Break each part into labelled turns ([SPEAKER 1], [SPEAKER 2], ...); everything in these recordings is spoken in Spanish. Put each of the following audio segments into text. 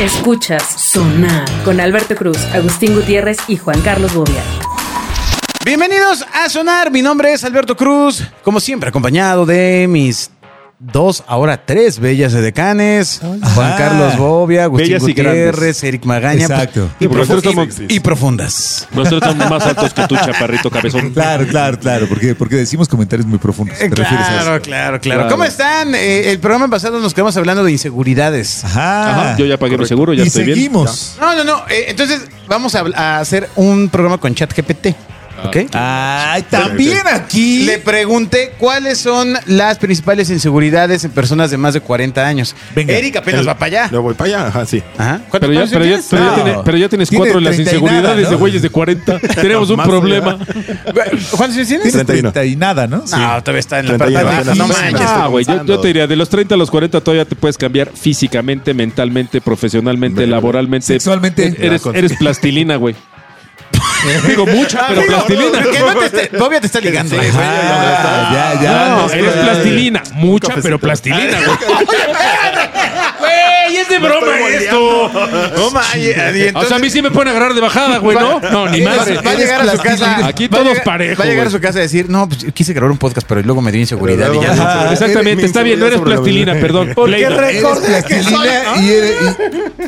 [SPEAKER 1] Escuchas Sonar con Alberto Cruz, Agustín Gutiérrez y Juan Carlos Bobia.
[SPEAKER 2] Bienvenidos a Sonar, mi nombre es Alberto Cruz, como siempre acompañado de mis dos, ahora tres bellas edecanes, Juan Carlos Bobia, Agustín
[SPEAKER 3] Bellas y
[SPEAKER 2] Gutiérrez,
[SPEAKER 3] grandes.
[SPEAKER 2] Eric Magaña
[SPEAKER 4] Exacto.
[SPEAKER 2] y,
[SPEAKER 3] Sí, porque
[SPEAKER 2] profu-
[SPEAKER 3] nosotros somos-
[SPEAKER 2] y- y profundas.
[SPEAKER 3] Nosotros somos más altos que tú, chaparrito cabezón.
[SPEAKER 4] Claro, claro, claro, porque, porque decimos comentarios muy profundos.
[SPEAKER 2] Eh,
[SPEAKER 4] ¿Te refieres a
[SPEAKER 2] Claro,
[SPEAKER 4] eso?
[SPEAKER 2] claro, claro.
[SPEAKER 3] Claro.
[SPEAKER 2] ¿Cómo están? Eh, el programa pasado nos quedamos hablando de inseguridades.
[SPEAKER 4] Ajá.
[SPEAKER 3] Ajá, yo ya pagué mi seguro, ya
[SPEAKER 4] y
[SPEAKER 3] estoy
[SPEAKER 4] seguimos.
[SPEAKER 2] No, no, no. eh, entonces vamos a, habl- a hacer un programa con ChatGPT. ¿Ok?
[SPEAKER 4] Ay, también aquí.
[SPEAKER 2] Le pregunté cuáles son las principales inseguridades en personas de más de 40 años.
[SPEAKER 4] Venga.
[SPEAKER 2] Eric apenas va para allá. ¿ah?
[SPEAKER 5] Yo voy para allá, ajá, sí.
[SPEAKER 2] Ajá.
[SPEAKER 3] bien. Pero ya, pero ya- pero ya
[SPEAKER 4] No.
[SPEAKER 3] tiene- pero ya tienes
[SPEAKER 4] Tiene
[SPEAKER 3] cuatro de las
[SPEAKER 4] 30 y nada,
[SPEAKER 3] inseguridades
[SPEAKER 4] ¿no?
[SPEAKER 3] de güeyes de 40. Tenemos un
[SPEAKER 5] Más,
[SPEAKER 3] problema.
[SPEAKER 2] ¿Cuántos años tienes?
[SPEAKER 4] Tienes
[SPEAKER 5] 31.
[SPEAKER 4] 30 y nada, ¿no? Sí.
[SPEAKER 2] No, todavía está en la
[SPEAKER 5] 31,
[SPEAKER 2] parte
[SPEAKER 5] apenas.
[SPEAKER 2] No
[SPEAKER 5] Sí,
[SPEAKER 2] manches.
[SPEAKER 3] Ah,
[SPEAKER 5] estoy
[SPEAKER 3] güey, yo,
[SPEAKER 5] pensando.
[SPEAKER 3] yo te diría, de los 30 a los 40 todavía te puedes cambiar físicamente, mentalmente, profesionalmente, laboralmente.
[SPEAKER 4] Sexualmente.
[SPEAKER 3] E- Eres, eres plastilina, güey. Digo mucha, pero
[SPEAKER 2] Amigo,
[SPEAKER 3] plastilina.
[SPEAKER 2] que Ah, no te esté- Bobia te está ligando.
[SPEAKER 5] Sí, güey.
[SPEAKER 4] Ah, ya, ya.
[SPEAKER 3] No,
[SPEAKER 4] es
[SPEAKER 3] eres
[SPEAKER 4] que-
[SPEAKER 3] plastilina. Mucha,
[SPEAKER 5] cafecito.
[SPEAKER 3] pero plastilina, güey. Güey, es de broma
[SPEAKER 5] estoy
[SPEAKER 3] esto.
[SPEAKER 2] No manches. y
[SPEAKER 3] O sea, a
[SPEAKER 2] entonces-
[SPEAKER 3] mí sí me pueden agarrar de bajada, güey, ¿no? No, ni
[SPEAKER 2] Va-
[SPEAKER 3] madre.
[SPEAKER 2] Va a llegar a su casa.
[SPEAKER 3] Aquí
[SPEAKER 2] va a
[SPEAKER 3] todos
[SPEAKER 2] llegar-
[SPEAKER 3] parejo,
[SPEAKER 2] Va a llegar a su
[SPEAKER 3] güey.
[SPEAKER 2] casa a decir, no, pues quise grabar un podcast, pero luego me dio inseguridad y
[SPEAKER 5] Pero
[SPEAKER 2] ya
[SPEAKER 5] luego-
[SPEAKER 2] no.
[SPEAKER 4] Ajá.
[SPEAKER 3] Exactamente, está bien, no eres plastilina, perdón. Play-
[SPEAKER 4] Eres plastilina y, eres-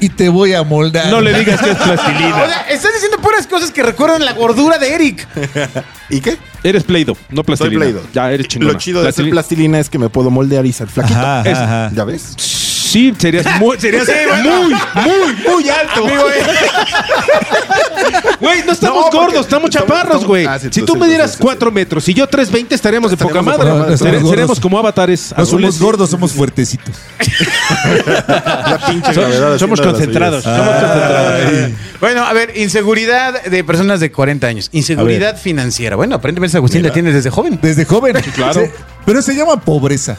[SPEAKER 4] y- y te voy a moldar.
[SPEAKER 3] No le digas que es
[SPEAKER 2] O
[SPEAKER 3] plastilina.
[SPEAKER 2] sea, estás diciendo puras cosas que recuerdan la gordura de Eric.
[SPEAKER 5] ¿Y qué?
[SPEAKER 3] Eres Play-Doh, no
[SPEAKER 5] Soy
[SPEAKER 3] plastilina.
[SPEAKER 5] Play-Doh.
[SPEAKER 3] Ya eres chingona.
[SPEAKER 5] Lo chido de ser
[SPEAKER 3] Plastilina-
[SPEAKER 5] plastilina es que me puedo moldear y ser flaquito.
[SPEAKER 4] Ajá,
[SPEAKER 5] Es-
[SPEAKER 4] ajá.
[SPEAKER 5] ¿Ya ves?
[SPEAKER 3] Sí, serías muy, serías muy, muy, muy alto.
[SPEAKER 5] eh.
[SPEAKER 3] Güey, no estamos
[SPEAKER 5] No, porque
[SPEAKER 3] gordos, estamos
[SPEAKER 5] estamos-
[SPEAKER 3] chaparros,
[SPEAKER 5] estamos-
[SPEAKER 3] güey.
[SPEAKER 5] Ah, sí,
[SPEAKER 3] si
[SPEAKER 5] tú
[SPEAKER 3] tú
[SPEAKER 5] sí,
[SPEAKER 3] me
[SPEAKER 5] tú
[SPEAKER 3] dieras
[SPEAKER 5] sí, sí,
[SPEAKER 3] 4 metros y yo 3.20 estaríamos de poca
[SPEAKER 5] Estaríamos de
[SPEAKER 3] madre.
[SPEAKER 4] poca madre.
[SPEAKER 3] Sere-
[SPEAKER 4] Estamos
[SPEAKER 3] Seremos
[SPEAKER 4] gordos.
[SPEAKER 3] como avatares.
[SPEAKER 4] No somos
[SPEAKER 3] azules.
[SPEAKER 4] gordos, somos fuertecitos.
[SPEAKER 5] La pinche
[SPEAKER 3] So-
[SPEAKER 5] gravedad.
[SPEAKER 3] somos
[SPEAKER 5] haciendo Ah, las
[SPEAKER 3] concentrados.
[SPEAKER 5] suyas.
[SPEAKER 3] somos concentrados.
[SPEAKER 2] Bueno, a ver, inseguridad de personas de 40 años. Inseguridad financiera. Bueno, aparentemente Agustín la tienes desde joven.
[SPEAKER 4] Desde joven.
[SPEAKER 3] claro.
[SPEAKER 4] Se- pero se llama pobreza.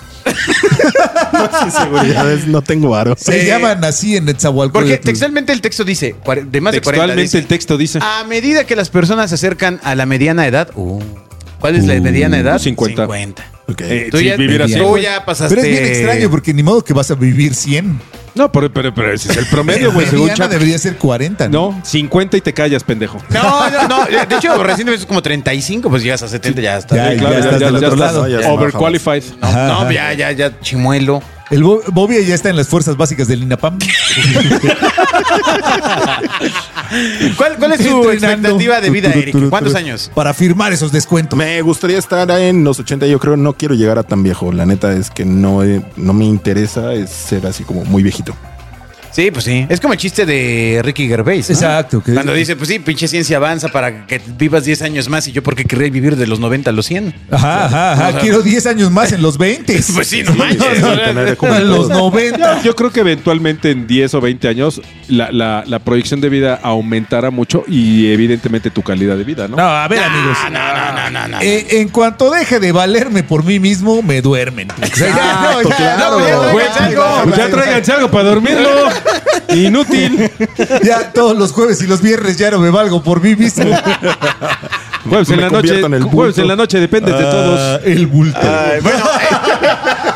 [SPEAKER 5] Ah, sí, seguridades, no tengo varo.
[SPEAKER 4] Se
[SPEAKER 2] Eh,
[SPEAKER 4] llaman así en Etzahualcóyotl.
[SPEAKER 2] Porque textualmente el texto dice, cuare- de más de 40
[SPEAKER 3] Textualmente el
[SPEAKER 2] dice,
[SPEAKER 3] texto dice.
[SPEAKER 5] Ah.
[SPEAKER 2] a medida que las personas se acercan a la mediana edad, uh, ¿cuál es la
[SPEAKER 3] Uh,
[SPEAKER 2] mediana edad?
[SPEAKER 3] 50.
[SPEAKER 2] 50.
[SPEAKER 5] Ok.
[SPEAKER 3] Eh,
[SPEAKER 2] Tú,
[SPEAKER 3] si
[SPEAKER 2] ya,
[SPEAKER 3] viviera así,
[SPEAKER 2] tú
[SPEAKER 3] güey.
[SPEAKER 2] ya pasaste.
[SPEAKER 3] este,
[SPEAKER 4] Pero es bien extraño porque ni modo que vas a vivir 100.
[SPEAKER 3] No, pero, pero, pero ese es el promedio,
[SPEAKER 4] Medio,
[SPEAKER 3] güey. según Chap-
[SPEAKER 4] debería ser 40.
[SPEAKER 3] No, 50 y te callas, pendejo.
[SPEAKER 2] No, no, no. De hecho, recién es como 35, pues llegas a 70, ya está.
[SPEAKER 4] Ya,
[SPEAKER 3] Sí,
[SPEAKER 4] ya estás del otro
[SPEAKER 3] estás
[SPEAKER 4] lado.
[SPEAKER 5] Ya se
[SPEAKER 3] Overqualified.
[SPEAKER 2] No, no, ya, ya, ya, chimuelo.
[SPEAKER 4] El Bo- Bobia ya está en las fuerzas básicas del INAPAM.
[SPEAKER 2] ¿Cuál, cuál es tu
[SPEAKER 4] Entrenando.
[SPEAKER 2] expectativa de vida,
[SPEAKER 4] Turu,
[SPEAKER 2] Eric?
[SPEAKER 4] turu,
[SPEAKER 2] ¿Cuántos
[SPEAKER 4] turu.
[SPEAKER 2] años?
[SPEAKER 4] Para firmar esos descuentos.
[SPEAKER 5] Me gustaría estar en los 80, yo creo no quiero llegar a tan viejo. La neta es que no, eh, no me interesa es ser así como muy viejito.
[SPEAKER 2] Sí, pues sí. Es como el chiste de Ricky Gervais. ¿no?
[SPEAKER 4] Exacto, que-
[SPEAKER 2] Cuando dice, pues sí, pinche ciencia avanza para que vivas 10 años más y yo porque querría vivir de los 90 a los 100.
[SPEAKER 4] Ajá, ajá, ajá. Quiero 10 años más en los 20.
[SPEAKER 2] Pues sí, no manches.
[SPEAKER 5] sí, tener como
[SPEAKER 4] en los
[SPEAKER 5] todo.
[SPEAKER 4] 90.
[SPEAKER 3] Yo creo que eventualmente en 10 o 20 años la, la- la proyección de vida aumentará mucho y evidentemente tu calidad de vida, ¿no?
[SPEAKER 4] No, a ver, amigos. Eh, en cuanto deje de valerme por mí mismo, me duermen. O sea, ya, no, ya,
[SPEAKER 5] claro.
[SPEAKER 4] no, ya
[SPEAKER 5] Güey,
[SPEAKER 4] tráiganse algo.
[SPEAKER 3] Pues ya tráiganse algo para dormirlo. Inútil.
[SPEAKER 4] Ya todos los jueves y los viernes ya no me valgo por mí mismo.
[SPEAKER 3] Jueves en
[SPEAKER 5] Me
[SPEAKER 3] la noche.
[SPEAKER 5] convierto en el
[SPEAKER 3] Jueves
[SPEAKER 5] bulto.
[SPEAKER 3] en la noche, depende de
[SPEAKER 4] Ah,
[SPEAKER 3] todos.
[SPEAKER 4] el bulto.
[SPEAKER 2] Bueno,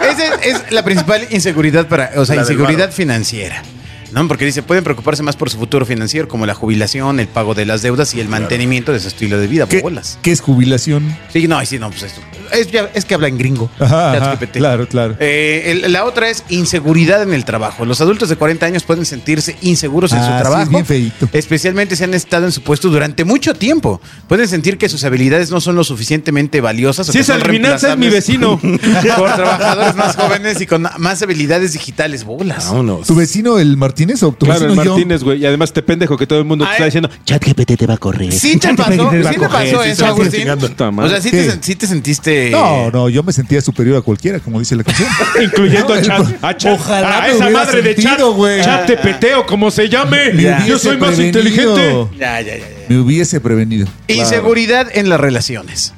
[SPEAKER 2] esa es la principal inseguridad para, o sea,
[SPEAKER 5] La del
[SPEAKER 2] inseguridad
[SPEAKER 5] varo.
[SPEAKER 2] financiera. ¿No? Porque dice, pueden preocuparse más por su futuro financiero, como la jubilación, el pago de las deudas y el mantenimiento de su estilo de vida.
[SPEAKER 4] ¿Qué,
[SPEAKER 2] Bolas.
[SPEAKER 4] qué es jubilación?
[SPEAKER 2] Sí, no, sí, no, pues esto. Es, ya- es que habla en gringo.
[SPEAKER 4] Ajá, ajá,
[SPEAKER 2] ChatGPT.
[SPEAKER 4] claro, claro.
[SPEAKER 2] Eh, el- la otra es inseguridad en el trabajo. Los adultos de 40 años pueden sentirse inseguros en
[SPEAKER 4] Ah,
[SPEAKER 2] su
[SPEAKER 4] sí,
[SPEAKER 2] trabajo.
[SPEAKER 4] es bien feíto.
[SPEAKER 2] Especialmente si han estado en su puesto durante mucho tiempo. Pueden sentir que sus habilidades no son lo suficientemente valiosas. o
[SPEAKER 3] Si
[SPEAKER 2] que
[SPEAKER 3] es
[SPEAKER 2] son
[SPEAKER 3] alvinanza, es mi
[SPEAKER 2] reemplazables
[SPEAKER 3] vecino.
[SPEAKER 2] Por trabajadores más jóvenes y con más habilidades digitales. Bolas.
[SPEAKER 5] Vámonos.
[SPEAKER 4] ¿Tu vecino el Martínez o tu
[SPEAKER 3] Claro, el
[SPEAKER 4] vecino yo?
[SPEAKER 3] Martínez, güey. Y además este pendejo que todo el
[SPEAKER 4] Ah,
[SPEAKER 3] mundo te
[SPEAKER 2] Ay.
[SPEAKER 4] eh.
[SPEAKER 3] está diciendo.
[SPEAKER 6] ChatGPT te va a correr.
[SPEAKER 2] Sí te pasó,
[SPEAKER 6] ChatGPT
[SPEAKER 2] sí te pasó
[SPEAKER 6] sí, sí,
[SPEAKER 2] eso, Agustín.
[SPEAKER 3] chingando. Puta
[SPEAKER 2] O
[SPEAKER 3] madre.
[SPEAKER 2] sea, sí te,
[SPEAKER 4] ¿Qué?
[SPEAKER 2] sen- sí te
[SPEAKER 3] Eh,
[SPEAKER 2] sentiste.
[SPEAKER 4] No, no, yo me sentía superior a cualquiera, como dice la canción.
[SPEAKER 3] Incluyendo
[SPEAKER 4] No,
[SPEAKER 3] a
[SPEAKER 4] el-
[SPEAKER 3] Chat. A Chat-
[SPEAKER 4] Ojalá
[SPEAKER 3] a
[SPEAKER 4] me
[SPEAKER 3] esa
[SPEAKER 4] hubiera
[SPEAKER 3] madre de Chat.
[SPEAKER 4] sentido, güey.
[SPEAKER 3] Chat TPT o como se llame.
[SPEAKER 4] Me
[SPEAKER 3] Yo
[SPEAKER 4] hubiese
[SPEAKER 3] soy más
[SPEAKER 4] prevenido.
[SPEAKER 3] inteligente.
[SPEAKER 2] Ya, ya, ya. ya.
[SPEAKER 4] Me hubiese prevenido.
[SPEAKER 2] Inseguridad en las relaciones.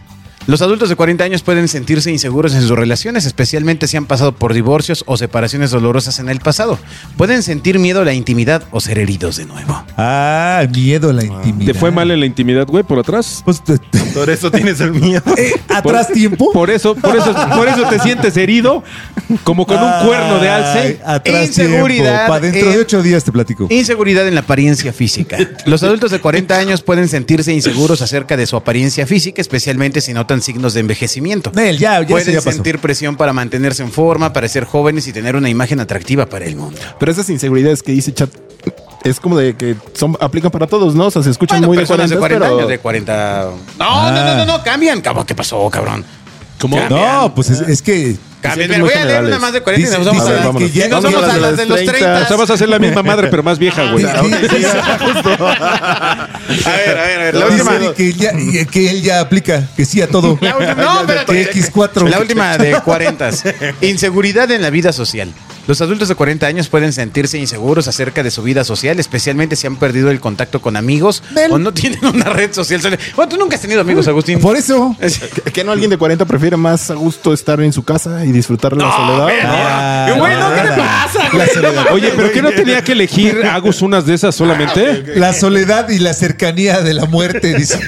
[SPEAKER 2] Los adultos de 40 años pueden sentirse inseguros en sus relaciones, especialmente si han pasado por divorcios o separaciones dolorosas en el pasado. Pueden sentir miedo a la intimidad o ser heridos de nuevo.
[SPEAKER 4] Ah, miedo a la intimidad.
[SPEAKER 3] ¿Te fue mal en la intimidad, güey, por atrás?
[SPEAKER 4] Pues, te- te-
[SPEAKER 5] Por eso tienes el miedo.
[SPEAKER 4] Eh, ¿Atrás tiempo?
[SPEAKER 3] Por eso, por eso, por eso te sientes herido, como con un cuerno de alce.
[SPEAKER 4] Ay, Atrás
[SPEAKER 2] Inseguridad,
[SPEAKER 4] tiempo. Para dentro
[SPEAKER 2] eh,
[SPEAKER 4] de ocho días te platico.
[SPEAKER 2] Inseguridad en la apariencia física. Los adultos de 40 años pueden sentirse inseguros acerca de su apariencia física, especialmente si notan signos de envejecimiento.
[SPEAKER 4] Nel, ya, ya, eso
[SPEAKER 2] pueden
[SPEAKER 4] ya pasó.
[SPEAKER 2] sentir presión para mantenerse en forma, parecer jóvenes y tener una imagen atractiva para el mundo.
[SPEAKER 5] Pero esas inseguridades que dice Chat es como de que son, aplican para todos, ¿no? O sea, se escuchan
[SPEAKER 2] Bueno,
[SPEAKER 5] muy de
[SPEAKER 2] personas
[SPEAKER 5] 40,
[SPEAKER 2] de 40
[SPEAKER 5] pero
[SPEAKER 2] años, de 40... No, no, no, no, no, cambian. Cabrón, ¿Qué pasó, cabrón?
[SPEAKER 3] Como
[SPEAKER 4] No, pues es, es que.
[SPEAKER 2] Cambian.
[SPEAKER 5] Siempre
[SPEAKER 2] Mira,
[SPEAKER 5] muy
[SPEAKER 2] voy a leer
[SPEAKER 5] generales.
[SPEAKER 2] una más de 40 y nos
[SPEAKER 4] Dicen-
[SPEAKER 2] vamos a,
[SPEAKER 4] dicen
[SPEAKER 2] la-
[SPEAKER 4] que ya
[SPEAKER 2] nos
[SPEAKER 4] no
[SPEAKER 2] vamos a
[SPEAKER 5] llegan a
[SPEAKER 2] las
[SPEAKER 5] las
[SPEAKER 2] de los
[SPEAKER 5] 30.
[SPEAKER 2] 30.
[SPEAKER 5] O sea,
[SPEAKER 3] vas a ser la misma madre, pero más vieja, güey.
[SPEAKER 5] sea,
[SPEAKER 4] di- di-
[SPEAKER 2] A ver, a ver, a ver. La
[SPEAKER 5] Dicen-
[SPEAKER 2] última...
[SPEAKER 4] Dice que él, ya, y- que él ya aplica, que sí a todo.
[SPEAKER 2] La última, no, espérate.
[SPEAKER 4] Que X4.
[SPEAKER 2] La última de 40. Inseguridad en la vida social. Los adultos de 40 años pueden sentirse inseguros acerca de su vida social, especialmente si han perdido el contacto con amigos
[SPEAKER 4] Del-
[SPEAKER 2] o no tienen una red social. sólida. Bueno, tú nunca has tenido amigos, Agustín.
[SPEAKER 4] Por eso.
[SPEAKER 2] Es-
[SPEAKER 5] ¿Que- que no alguien de 40 prefiere más a gusto estar en su casa y disfrutar la soledad.
[SPEAKER 4] Ah,
[SPEAKER 2] Güey, no, ¿qué le
[SPEAKER 4] nada.
[SPEAKER 2] pasa,
[SPEAKER 4] La soledad.
[SPEAKER 3] Oye, pero ¿qué no tenía que elegir Agus unas de esas solamente?
[SPEAKER 4] La soledad y la cercanía de la muerte, dice.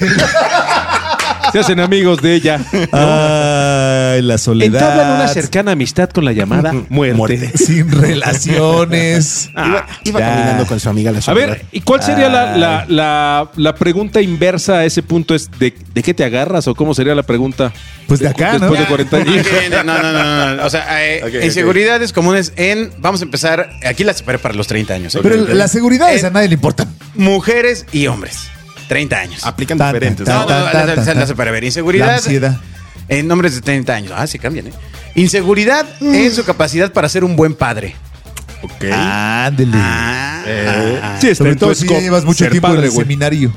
[SPEAKER 3] Se hacen amigos de ella.
[SPEAKER 4] Ay, la soledad.
[SPEAKER 3] Entablan una cercana amistad con la llamada muerte.
[SPEAKER 4] Sin relaciones.
[SPEAKER 5] iba iba
[SPEAKER 4] ya.
[SPEAKER 5] caminando con su amiga la
[SPEAKER 3] A
[SPEAKER 5] soledad.
[SPEAKER 3] ver, ¿y cuál sería la, la- la- la pregunta inversa a ese punto? ¿Es de, de qué te agarras o cómo sería la pregunta?
[SPEAKER 4] Pues de acá, ¿no?
[SPEAKER 3] Después de 40 años.
[SPEAKER 2] No, no, no, no, no. O sea, eh,
[SPEAKER 5] Ok, ok.
[SPEAKER 2] inseguridades comunes en. Vamos a empezar. Aquí la separé para los 30 años. ¿eh?
[SPEAKER 4] Pero las seguridades
[SPEAKER 2] Eh,
[SPEAKER 4] a nadie le importan.
[SPEAKER 2] Mujeres y hombres. 30 años.
[SPEAKER 5] Aplican
[SPEAKER 4] Tan,
[SPEAKER 5] diferentes.
[SPEAKER 4] tan,
[SPEAKER 5] ¿no?
[SPEAKER 2] No, no, no,
[SPEAKER 4] tan, tan,
[SPEAKER 2] la- la-
[SPEAKER 4] tan.
[SPEAKER 2] la separé. A ver, inseguridad.
[SPEAKER 4] La ansiedad.
[SPEAKER 2] En hombres de 30 años. Ah, sí cambian, ¿eh? Inseguridad en su capacidad para ser un buen padre.
[SPEAKER 5] Ok.
[SPEAKER 4] Ándele.
[SPEAKER 2] Ah,
[SPEAKER 5] Eh,
[SPEAKER 2] ah,
[SPEAKER 3] Sí, está
[SPEAKER 4] Sobre
[SPEAKER 3] en tu
[SPEAKER 4] todo si ya
[SPEAKER 3] scope
[SPEAKER 4] llevas mucho
[SPEAKER 3] ser
[SPEAKER 4] tiempo en
[SPEAKER 3] padre,
[SPEAKER 4] el
[SPEAKER 3] güey.
[SPEAKER 4] seminario.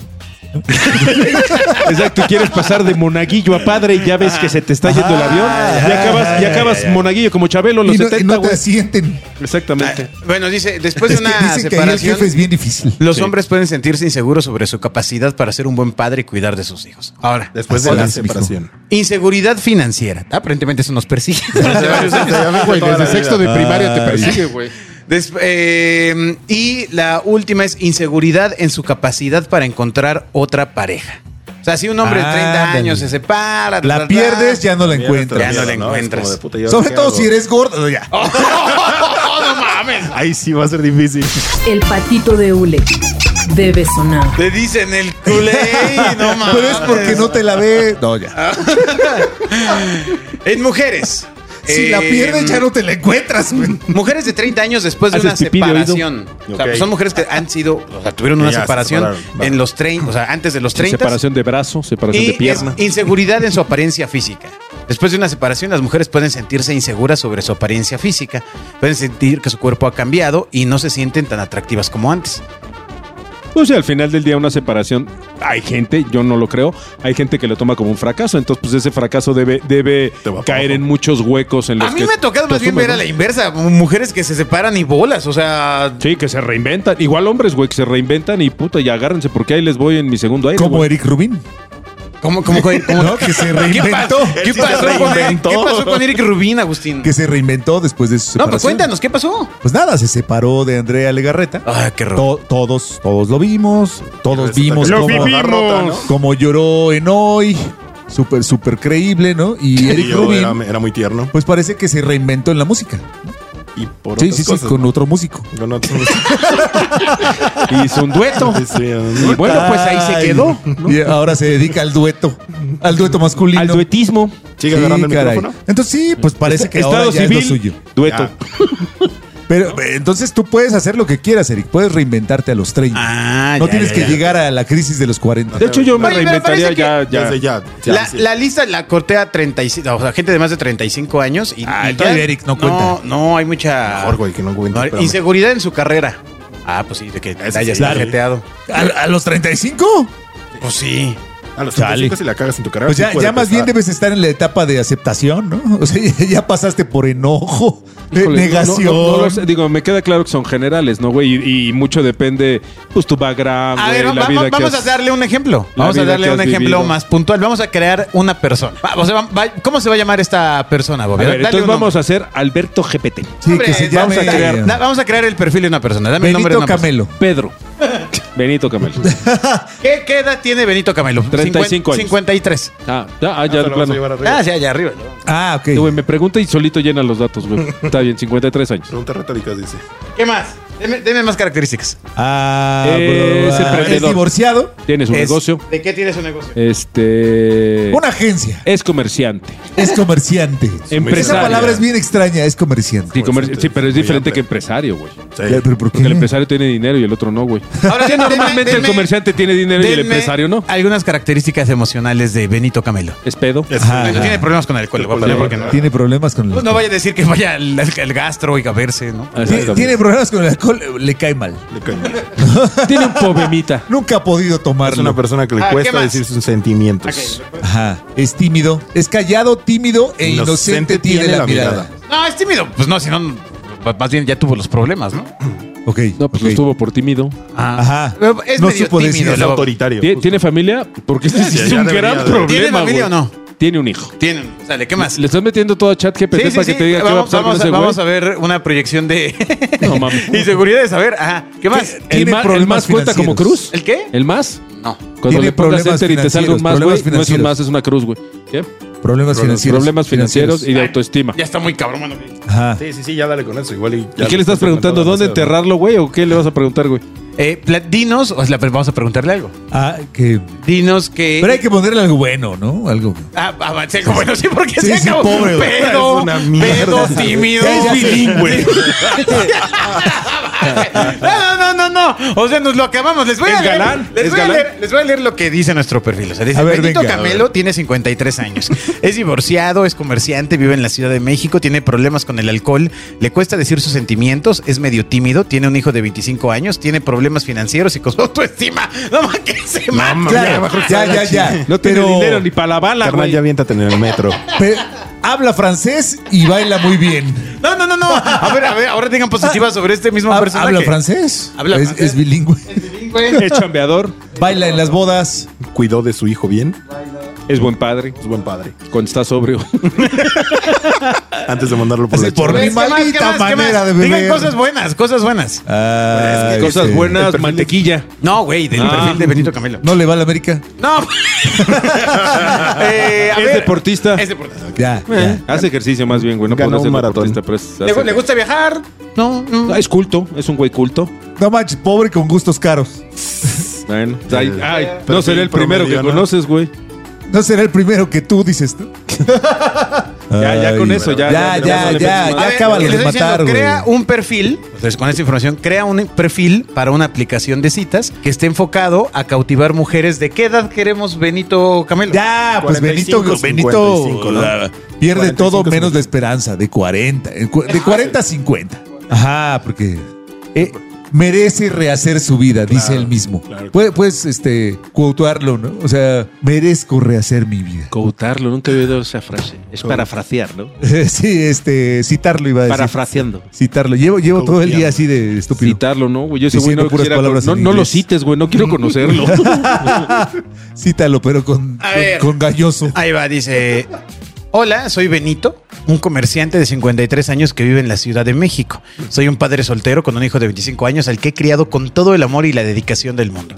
[SPEAKER 3] Exacto, quieres pasar de monaguillo a padre y ya ves que se te está yendo
[SPEAKER 4] Ah,
[SPEAKER 3] el avión. Y acabas, y acabas monaguillo como Chabelo en los
[SPEAKER 4] Y no, y
[SPEAKER 3] 70,
[SPEAKER 4] no te
[SPEAKER 3] güey.
[SPEAKER 4] sienten.
[SPEAKER 2] ah.
[SPEAKER 3] Exactamente.
[SPEAKER 2] Bueno, dice, después de Pues
[SPEAKER 4] Es que
[SPEAKER 2] una
[SPEAKER 4] dicen que ahí el
[SPEAKER 2] separación,
[SPEAKER 4] jefe es bien difícil.
[SPEAKER 2] los hombres pueden sentirse inseguros sobre su capacidad para ser un buen padre y cuidar de sus hijos. Ahora,
[SPEAKER 5] Después de
[SPEAKER 4] Así
[SPEAKER 5] la
[SPEAKER 4] es, mijo.
[SPEAKER 5] separación.
[SPEAKER 2] inseguridad financiera.
[SPEAKER 4] Ah,
[SPEAKER 2] Aparentemente eso nos persigue. durante varios años.
[SPEAKER 6] desde sexto de primaria te persigue, güey.
[SPEAKER 2] Des- eh, y la última es inseguridad en su capacidad para encontrar otra pareja. O sea, si un hombre de 30
[SPEAKER 4] Ándale.
[SPEAKER 2] años se separa,
[SPEAKER 4] La pierdes, ya no la
[SPEAKER 2] Ya
[SPEAKER 4] encuentras.
[SPEAKER 2] no la
[SPEAKER 5] Es como de
[SPEAKER 2] encuentras.
[SPEAKER 5] puta, ¿y ahora
[SPEAKER 4] Sobre
[SPEAKER 5] qué
[SPEAKER 4] todo
[SPEAKER 5] hago?
[SPEAKER 4] si eres gordo. Ya.
[SPEAKER 5] Ahí sí va a ser difícil.
[SPEAKER 1] El patito de hule debe sonar.
[SPEAKER 2] Te dicen el culé, no mames. Ah,
[SPEAKER 4] Pero es porque no te la ve. No, ya.
[SPEAKER 2] En mujeres.
[SPEAKER 4] Si la
[SPEAKER 2] eh,
[SPEAKER 4] pierdes, ya no te la encuentras, güey.
[SPEAKER 2] Mujeres de 30 años después de
[SPEAKER 3] ¿Haces
[SPEAKER 2] una
[SPEAKER 3] pipí de oído?
[SPEAKER 2] separación. O sea,
[SPEAKER 5] Ok.
[SPEAKER 2] son mujeres que han sido, o sea, tuvieron
[SPEAKER 5] Que
[SPEAKER 2] una
[SPEAKER 5] ya se
[SPEAKER 2] separación
[SPEAKER 5] separaron. Va.
[SPEAKER 2] en los 30, o sea, antes de los 30.
[SPEAKER 3] Separación de brazo, separación
[SPEAKER 2] y
[SPEAKER 3] de pierna.
[SPEAKER 2] Eh, es inseguridad en su apariencia física. Después de una separación, las mujeres pueden sentirse inseguras sobre su apariencia física. Pueden sentir que su cuerpo ha cambiado y no se sienten tan atractivas como antes.
[SPEAKER 3] O sea, al final del día una separación, hay gente, yo no lo creo, hay gente que lo toma como un fracaso, entonces pues ese fracaso debe, debe
[SPEAKER 5] Te va para
[SPEAKER 3] caer
[SPEAKER 5] abajo.
[SPEAKER 3] en muchos huecos en los
[SPEAKER 2] A mí
[SPEAKER 3] que
[SPEAKER 2] me ha tocado
[SPEAKER 3] te
[SPEAKER 2] más bien
[SPEAKER 3] asumes,
[SPEAKER 2] ver a
[SPEAKER 3] ¿no?
[SPEAKER 2] la inversa. Mujeres que se separan y bolas, o sea...
[SPEAKER 3] Sí, que se reinventan. Igual hombres, güey, que se reinventan y puta, y agárrense porque ahí les voy en mi segundo aire.
[SPEAKER 4] Como
[SPEAKER 3] güey.
[SPEAKER 4] Eric Rubin.
[SPEAKER 2] ¿Cómo, cómo, cómo,
[SPEAKER 4] ¿No? Que se reinventó.
[SPEAKER 2] ¿Qué pasó, con,
[SPEAKER 5] reinventó.
[SPEAKER 2] ¿Qué pasó con Eric Rubín, Agustín?
[SPEAKER 4] Que se reinventó después de su
[SPEAKER 2] No,
[SPEAKER 4] separación.
[SPEAKER 2] pues cuéntanos, ¿qué pasó?
[SPEAKER 4] Pues nada, se separó de Andrea Legarreta.
[SPEAKER 2] Ah, qué raro.
[SPEAKER 4] To- todos, todos lo vimos, todos
[SPEAKER 5] Resulta
[SPEAKER 4] vimos
[SPEAKER 5] que
[SPEAKER 4] cómo,
[SPEAKER 5] la barrota, ¿no?
[SPEAKER 4] cómo lloró en hoy, súper, súper creíble, ¿no? Y
[SPEAKER 5] Y
[SPEAKER 4] Eric
[SPEAKER 5] yo
[SPEAKER 4] Rubin,
[SPEAKER 5] era, era muy tierno.
[SPEAKER 4] pues parece que se reinventó en la música.
[SPEAKER 5] Y por
[SPEAKER 4] Sí,
[SPEAKER 5] otras
[SPEAKER 4] sí, sí,
[SPEAKER 5] cosas,
[SPEAKER 4] con
[SPEAKER 5] ¿no?
[SPEAKER 4] otro músico.
[SPEAKER 5] Con otros-
[SPEAKER 3] Hizo un dueto.
[SPEAKER 5] Sí,
[SPEAKER 3] Y bueno, pues ahí se
[SPEAKER 4] Ay,
[SPEAKER 3] quedó.
[SPEAKER 4] Y ahora se dedica al dueto, al dueto masculino.
[SPEAKER 3] Al duetismo.
[SPEAKER 5] Sigue
[SPEAKER 4] Sí,
[SPEAKER 5] agarrando el
[SPEAKER 4] caray.
[SPEAKER 5] micrófono.
[SPEAKER 4] Entonces sí, pues parece que
[SPEAKER 3] Estado
[SPEAKER 4] ahora ya
[SPEAKER 3] civil.
[SPEAKER 4] es lo suyo.
[SPEAKER 3] Dueto.
[SPEAKER 4] Pero eh, entonces tú puedes hacer lo que quieras, Eric. Puedes reinventarte a los 30.
[SPEAKER 2] Ah,
[SPEAKER 4] no
[SPEAKER 2] ya,
[SPEAKER 4] tienes
[SPEAKER 2] ya,
[SPEAKER 4] que
[SPEAKER 2] ya.
[SPEAKER 4] llegar a la crisis de los 40.
[SPEAKER 3] De hecho, yo me
[SPEAKER 2] Oye, pero
[SPEAKER 3] reinventaría
[SPEAKER 2] parece que-
[SPEAKER 3] ya, ya.
[SPEAKER 5] Desde ya. ya,
[SPEAKER 2] La,
[SPEAKER 5] sí.
[SPEAKER 2] la lista la corté a 35, o sea, gente de más de 35 años. Y,
[SPEAKER 4] Ah,
[SPEAKER 2] y
[SPEAKER 4] entonces Eric no
[SPEAKER 2] No,
[SPEAKER 4] cuenta.
[SPEAKER 2] no, hay mucha...
[SPEAKER 5] Ah, Mejor, güey, que no cuente,
[SPEAKER 2] No,
[SPEAKER 5] espérame.
[SPEAKER 2] inseguridad en su carrera. Ah, pues sí, de que
[SPEAKER 5] Eso
[SPEAKER 2] la hayas
[SPEAKER 5] sí, claro.
[SPEAKER 2] tarjeteado.
[SPEAKER 4] ¿A, a los 35?
[SPEAKER 2] Pues sí.
[SPEAKER 5] A los
[SPEAKER 4] Chale.
[SPEAKER 5] 35 si la cagas en tu carrera.
[SPEAKER 4] Pues
[SPEAKER 5] sí
[SPEAKER 4] ya,
[SPEAKER 5] puede
[SPEAKER 4] ya más bien
[SPEAKER 5] pasar.
[SPEAKER 4] debes estar en la etapa de aceptación, ¿no? O sea, ya- ya pasaste por enojo, de
[SPEAKER 3] Híjole, no-
[SPEAKER 4] negación.
[SPEAKER 3] no- no lo sé. digo, me queda claro que son generales, ¿no, güey? Y, y mucho depende, pues, tu background,
[SPEAKER 2] A
[SPEAKER 3] güey,
[SPEAKER 2] ver,
[SPEAKER 3] la
[SPEAKER 2] vamos,
[SPEAKER 3] vida que
[SPEAKER 2] vamos a
[SPEAKER 3] has-
[SPEAKER 2] darle un ejemplo.
[SPEAKER 3] la
[SPEAKER 2] Vamos a
[SPEAKER 3] vida
[SPEAKER 2] darle
[SPEAKER 3] que
[SPEAKER 2] un
[SPEAKER 3] has
[SPEAKER 2] ejemplo
[SPEAKER 3] vivido.
[SPEAKER 2] más puntual. Vamos a crear una persona. Va, o sea, va- va- ¿Cómo se va a llamar esta persona,
[SPEAKER 3] A
[SPEAKER 2] Bobby?
[SPEAKER 3] ver,
[SPEAKER 2] Dale
[SPEAKER 3] entonces
[SPEAKER 2] un
[SPEAKER 3] vamos
[SPEAKER 2] nombre.
[SPEAKER 3] a hacer Alberto GPT.
[SPEAKER 4] sí,
[SPEAKER 2] Hombre,
[SPEAKER 4] que se
[SPEAKER 2] vamos,
[SPEAKER 4] llame
[SPEAKER 3] pues.
[SPEAKER 2] a crear, da- vamos a crear el perfil de una persona. Dame el nombre de
[SPEAKER 4] Benito
[SPEAKER 2] una persona.
[SPEAKER 4] Camelo.
[SPEAKER 3] Pedro. Benito Camel.
[SPEAKER 2] ¿Qué, qué edad tiene Benito Camelo?
[SPEAKER 3] 35 años.
[SPEAKER 2] 53.
[SPEAKER 3] Ah, ah, ya, de plano.
[SPEAKER 2] Ah, sí, allá arriba. ¿no?
[SPEAKER 4] Ah, ok.
[SPEAKER 3] Sí, güey, me pregunta y solito llena los datos, güey. Está bien, 53 años.
[SPEAKER 5] Preguntas retóricas, dice.
[SPEAKER 2] ¿Qué más? Deme, deme más características.
[SPEAKER 4] Ah,
[SPEAKER 3] Eh, Es
[SPEAKER 4] bro, ah, es
[SPEAKER 3] emprendedor.
[SPEAKER 4] divorciado.
[SPEAKER 3] Tiene su
[SPEAKER 2] Es-
[SPEAKER 3] negocio. Eh,
[SPEAKER 2] ¿De qué tiene su negocio?
[SPEAKER 3] Este.
[SPEAKER 4] Una agencia.
[SPEAKER 3] Es comerciante.
[SPEAKER 4] Es comerciante. Esa
[SPEAKER 3] Empresario.
[SPEAKER 4] palabra es bien extraña, es comerciante.
[SPEAKER 3] Sí, comer- sí, pero es
[SPEAKER 5] Muy
[SPEAKER 3] diferente
[SPEAKER 5] amplio.
[SPEAKER 3] que empresario, güey.
[SPEAKER 5] Sí.
[SPEAKER 4] Ya, ¿Pero por qué?
[SPEAKER 3] Porque el empresario tiene dinero y el otro no, güey.
[SPEAKER 2] Ahora
[SPEAKER 3] Sí,
[SPEAKER 2] denme-
[SPEAKER 3] normalmente el
[SPEAKER 2] denme-
[SPEAKER 3] comerciante tiene dinero y el
[SPEAKER 2] denme
[SPEAKER 3] empresario no.
[SPEAKER 2] Algunas características emocionales de Benito Camelo.
[SPEAKER 3] Es pedo.
[SPEAKER 4] Ajá,
[SPEAKER 2] Bueno,
[SPEAKER 4] ajá.
[SPEAKER 2] tiene problemas con el alcohol. le voy a poner porque no.
[SPEAKER 4] Tiene problemas con el
[SPEAKER 2] Pues no vaya a decir que vaya al, al gastro y a verse, ¿no?
[SPEAKER 3] Ah,
[SPEAKER 4] Tiene,
[SPEAKER 3] exactamente.
[SPEAKER 4] tiene problemas con el alcohol, le cae mal.
[SPEAKER 5] Le cae mal.
[SPEAKER 3] Tiene un problemita.
[SPEAKER 4] Nunca ha podido
[SPEAKER 5] Es una
[SPEAKER 4] tomarlo.
[SPEAKER 5] persona que le
[SPEAKER 2] Ah, ¿qué
[SPEAKER 5] cuesta
[SPEAKER 2] más?
[SPEAKER 5] decir sus sentimientos.
[SPEAKER 4] Ajá. Es tímido. Es callado, tímido e inocente, tiene, la, mirada.
[SPEAKER 2] No, es tímido. Pues no, si no, más bien ya tuvo los problemas, ¿no?
[SPEAKER 4] Ok.
[SPEAKER 3] No,
[SPEAKER 4] ok.
[SPEAKER 3] pues lo estuvo por tímido.
[SPEAKER 4] Ajá.
[SPEAKER 2] Pero Es
[SPEAKER 4] No
[SPEAKER 2] medio
[SPEAKER 4] supo decir,
[SPEAKER 2] tímido.
[SPEAKER 5] Es
[SPEAKER 2] luego-
[SPEAKER 5] autoritario.
[SPEAKER 3] ¿Tie-
[SPEAKER 5] justo.
[SPEAKER 3] ¿Tiene familia? Porque este sí
[SPEAKER 5] Ya,
[SPEAKER 3] es
[SPEAKER 5] ya
[SPEAKER 3] un
[SPEAKER 5] debería
[SPEAKER 3] gran
[SPEAKER 5] de-
[SPEAKER 3] problema.
[SPEAKER 2] ¿Tiene familia
[SPEAKER 3] güey.
[SPEAKER 2] o no?
[SPEAKER 3] Tiene un hijo.
[SPEAKER 2] Tienen, sale, ¿qué más?
[SPEAKER 3] Le estás metiendo todo a chat GPT
[SPEAKER 2] Sí, sí,
[SPEAKER 3] para
[SPEAKER 2] sí.
[SPEAKER 3] que te diga qué va a
[SPEAKER 2] Vamos,
[SPEAKER 3] pasar con
[SPEAKER 2] vamos
[SPEAKER 3] ese
[SPEAKER 2] a,
[SPEAKER 3] güey.
[SPEAKER 2] vamos a ver una proyección de
[SPEAKER 3] No mames.
[SPEAKER 2] y seguridad de saber. Ajá. ¿Qué más?
[SPEAKER 4] ¿Qué?
[SPEAKER 3] ¿El,
[SPEAKER 4] Tiene
[SPEAKER 3] ma- el
[SPEAKER 4] problemas
[SPEAKER 3] más cuenta como
[SPEAKER 4] financieros.
[SPEAKER 3] cruz?
[SPEAKER 2] ¿El qué?
[SPEAKER 3] ¿El más?
[SPEAKER 2] No.
[SPEAKER 3] Cuando
[SPEAKER 4] Tiene
[SPEAKER 3] le pongas
[SPEAKER 4] problemas
[SPEAKER 3] enter y te salga un
[SPEAKER 4] financieros,
[SPEAKER 3] más, güey, no es un
[SPEAKER 4] problemas
[SPEAKER 3] más, es una cruz, güey. ¿Qué?
[SPEAKER 4] Problemas financieros.
[SPEAKER 3] Problemas financieros y de autoestima.
[SPEAKER 2] Ah, Ya está muy cabrón, mano.
[SPEAKER 4] Ajá.
[SPEAKER 5] Sí, sí, sí, ya dale con eso. Igual y
[SPEAKER 3] ¿Y
[SPEAKER 5] ya
[SPEAKER 3] qué
[SPEAKER 5] lo
[SPEAKER 3] le estás preguntando?
[SPEAKER 5] demandando
[SPEAKER 3] ¿Dónde
[SPEAKER 5] demasiado.
[SPEAKER 3] enterrarlo, güey? ¿O qué le vas a preguntar, güey?
[SPEAKER 2] Eh, pla- dinos, o sea, pero vamos a preguntarle algo.
[SPEAKER 4] Ah, que.
[SPEAKER 2] Dinos que.
[SPEAKER 4] Pero hay que ponerle algo bueno, ¿no? Algo.
[SPEAKER 2] Ah, ah, sí, como, bueno, sí, porque
[SPEAKER 4] Sí,
[SPEAKER 2] se
[SPEAKER 4] sí,
[SPEAKER 2] acabó.
[SPEAKER 4] pobre, güey.
[SPEAKER 2] pedo,
[SPEAKER 5] Es una mierda.
[SPEAKER 2] pedo, tímido.
[SPEAKER 4] Es
[SPEAKER 2] bilingüe. no, no, no, no. O sea, nos lo acabamos. Les voy,
[SPEAKER 3] ¿Es
[SPEAKER 2] a, leer,
[SPEAKER 3] galán?
[SPEAKER 2] les,
[SPEAKER 3] ¿Es
[SPEAKER 2] voy a
[SPEAKER 3] galán?
[SPEAKER 2] leer, les voy a leer lo que dice nuestro perfil. O sea, dice,
[SPEAKER 4] A ver,
[SPEAKER 2] Benito
[SPEAKER 4] venga,
[SPEAKER 2] Camelo tiene 53 años. es divorciado, es comerciante, vive en la Ciudad de México, tiene problemas con el alcohol, le cuesta decir sus sentimientos, es medio tímido, tiene un hijo de 25 años, tiene problemas financieros y con su autoestima. No más que se mata.
[SPEAKER 4] Claro, ya, ya, ya.
[SPEAKER 3] No tiene
[SPEAKER 4] pero,
[SPEAKER 3] dinero ni para la bala,
[SPEAKER 5] Carnal,
[SPEAKER 3] güey.
[SPEAKER 5] ya aviéntate en el metro.
[SPEAKER 4] pero habla francés y baila muy bien.
[SPEAKER 2] No, no, no, no. A ver, a ver, ahora tengan positivas sobre este mismo
[SPEAKER 4] Hab-
[SPEAKER 2] personaje.
[SPEAKER 4] habla Ah, francés.
[SPEAKER 2] Habla
[SPEAKER 4] es,
[SPEAKER 2] francés.
[SPEAKER 4] es bilingüe.
[SPEAKER 3] Es chambeador,
[SPEAKER 4] Baila en las bodas.
[SPEAKER 5] Cuidó de su hijo bien.
[SPEAKER 3] es buen padre,
[SPEAKER 5] Es buen padre.
[SPEAKER 3] cuando está sobrio.
[SPEAKER 5] Antes de mandarlo por
[SPEAKER 4] Así,
[SPEAKER 5] la
[SPEAKER 4] por
[SPEAKER 5] chingada.
[SPEAKER 4] mi
[SPEAKER 2] ¿Qué más, qué
[SPEAKER 4] maldita
[SPEAKER 2] más, qué más?
[SPEAKER 4] manera de beber.
[SPEAKER 2] Digan cosas buenas, cosas buenas.
[SPEAKER 4] Ay,
[SPEAKER 3] Cosas
[SPEAKER 4] sí.
[SPEAKER 3] buenas, mantequilla.
[SPEAKER 2] No, güey, del
[SPEAKER 3] Ah.
[SPEAKER 2] perfil de Benito Camelo.
[SPEAKER 4] este, ¿No le va a la América?
[SPEAKER 2] No. Eh, a
[SPEAKER 3] Es deportista.
[SPEAKER 2] Es deportista.
[SPEAKER 4] Ya. ya.
[SPEAKER 3] Hace ejercicio más bien, güey. No
[SPEAKER 5] Ganó
[SPEAKER 3] podrá
[SPEAKER 5] un
[SPEAKER 3] ser
[SPEAKER 5] maratón.
[SPEAKER 3] deportista, pero es-
[SPEAKER 2] ¿Le,
[SPEAKER 3] hace-
[SPEAKER 2] le gusta viajar? No, no.
[SPEAKER 3] Ah, Es culto, es un güey culto.
[SPEAKER 4] No manches, pobre con gustos caros.
[SPEAKER 3] Bueno, ay, ay, no
[SPEAKER 5] perfil
[SPEAKER 3] seré el primero que
[SPEAKER 5] promedio, ¿no?
[SPEAKER 3] conoces, güey.
[SPEAKER 4] No será el primero que tú dices, ¿no?
[SPEAKER 3] Ya, ya con eso, ya,
[SPEAKER 4] Ya,
[SPEAKER 3] ya, ya,
[SPEAKER 4] ya,
[SPEAKER 3] no
[SPEAKER 4] ya,
[SPEAKER 3] le metes
[SPEAKER 4] ya,
[SPEAKER 2] A ver,
[SPEAKER 4] acábalo
[SPEAKER 2] lo que
[SPEAKER 4] de
[SPEAKER 2] le estoy
[SPEAKER 4] matar, güey.
[SPEAKER 2] Crea un perfil, entonces, con esta información, crea un perfil para una aplicación de citas que esté enfocado a cautivar mujeres. ¿De qué edad queremos Benito Camelo?
[SPEAKER 4] Ya, pues
[SPEAKER 5] 45,
[SPEAKER 4] Benito,
[SPEAKER 5] 55,
[SPEAKER 4] Benito
[SPEAKER 5] ¿no?
[SPEAKER 4] la- pierde
[SPEAKER 5] 45,
[SPEAKER 4] todo
[SPEAKER 5] 50.
[SPEAKER 4] menos la esperanza, de 40, eh, cu- de 40 a 50. Ajá, porque eh, merece rehacer su vida, dice él mismo.
[SPEAKER 5] claro.
[SPEAKER 4] Puedes, puedes, este, quotearlo, ¿no? O sea, merezco rehacer mi vida.
[SPEAKER 7] Coutarlo, nunca he oído esa frase. Es parafrasear, ¿no?
[SPEAKER 4] sí, este, citarlo iba a decir.
[SPEAKER 7] Parafraseando.
[SPEAKER 4] citarlo. Llevo, llevo todo el día así de estúpido.
[SPEAKER 3] Citarlo, ¿no? Güey, Yo ese güey
[SPEAKER 4] Diciendo
[SPEAKER 3] no,
[SPEAKER 4] puras
[SPEAKER 3] quisiera-
[SPEAKER 4] palabras
[SPEAKER 3] no,
[SPEAKER 4] en
[SPEAKER 3] no lo
[SPEAKER 4] inglés.
[SPEAKER 3] cites, güey, no quiero conocerlo.
[SPEAKER 4] Cítalo, pero con,
[SPEAKER 2] A
[SPEAKER 4] con-
[SPEAKER 2] ver.
[SPEAKER 4] con galloso.
[SPEAKER 5] Ah,
[SPEAKER 2] Ahí va, dice. Hola, soy Benito, un comerciante de 53 años que vive en la Ciudad de México. Soy un padre soltero con un hijo de 25 años al que he criado con todo el amor y la dedicación del mundo.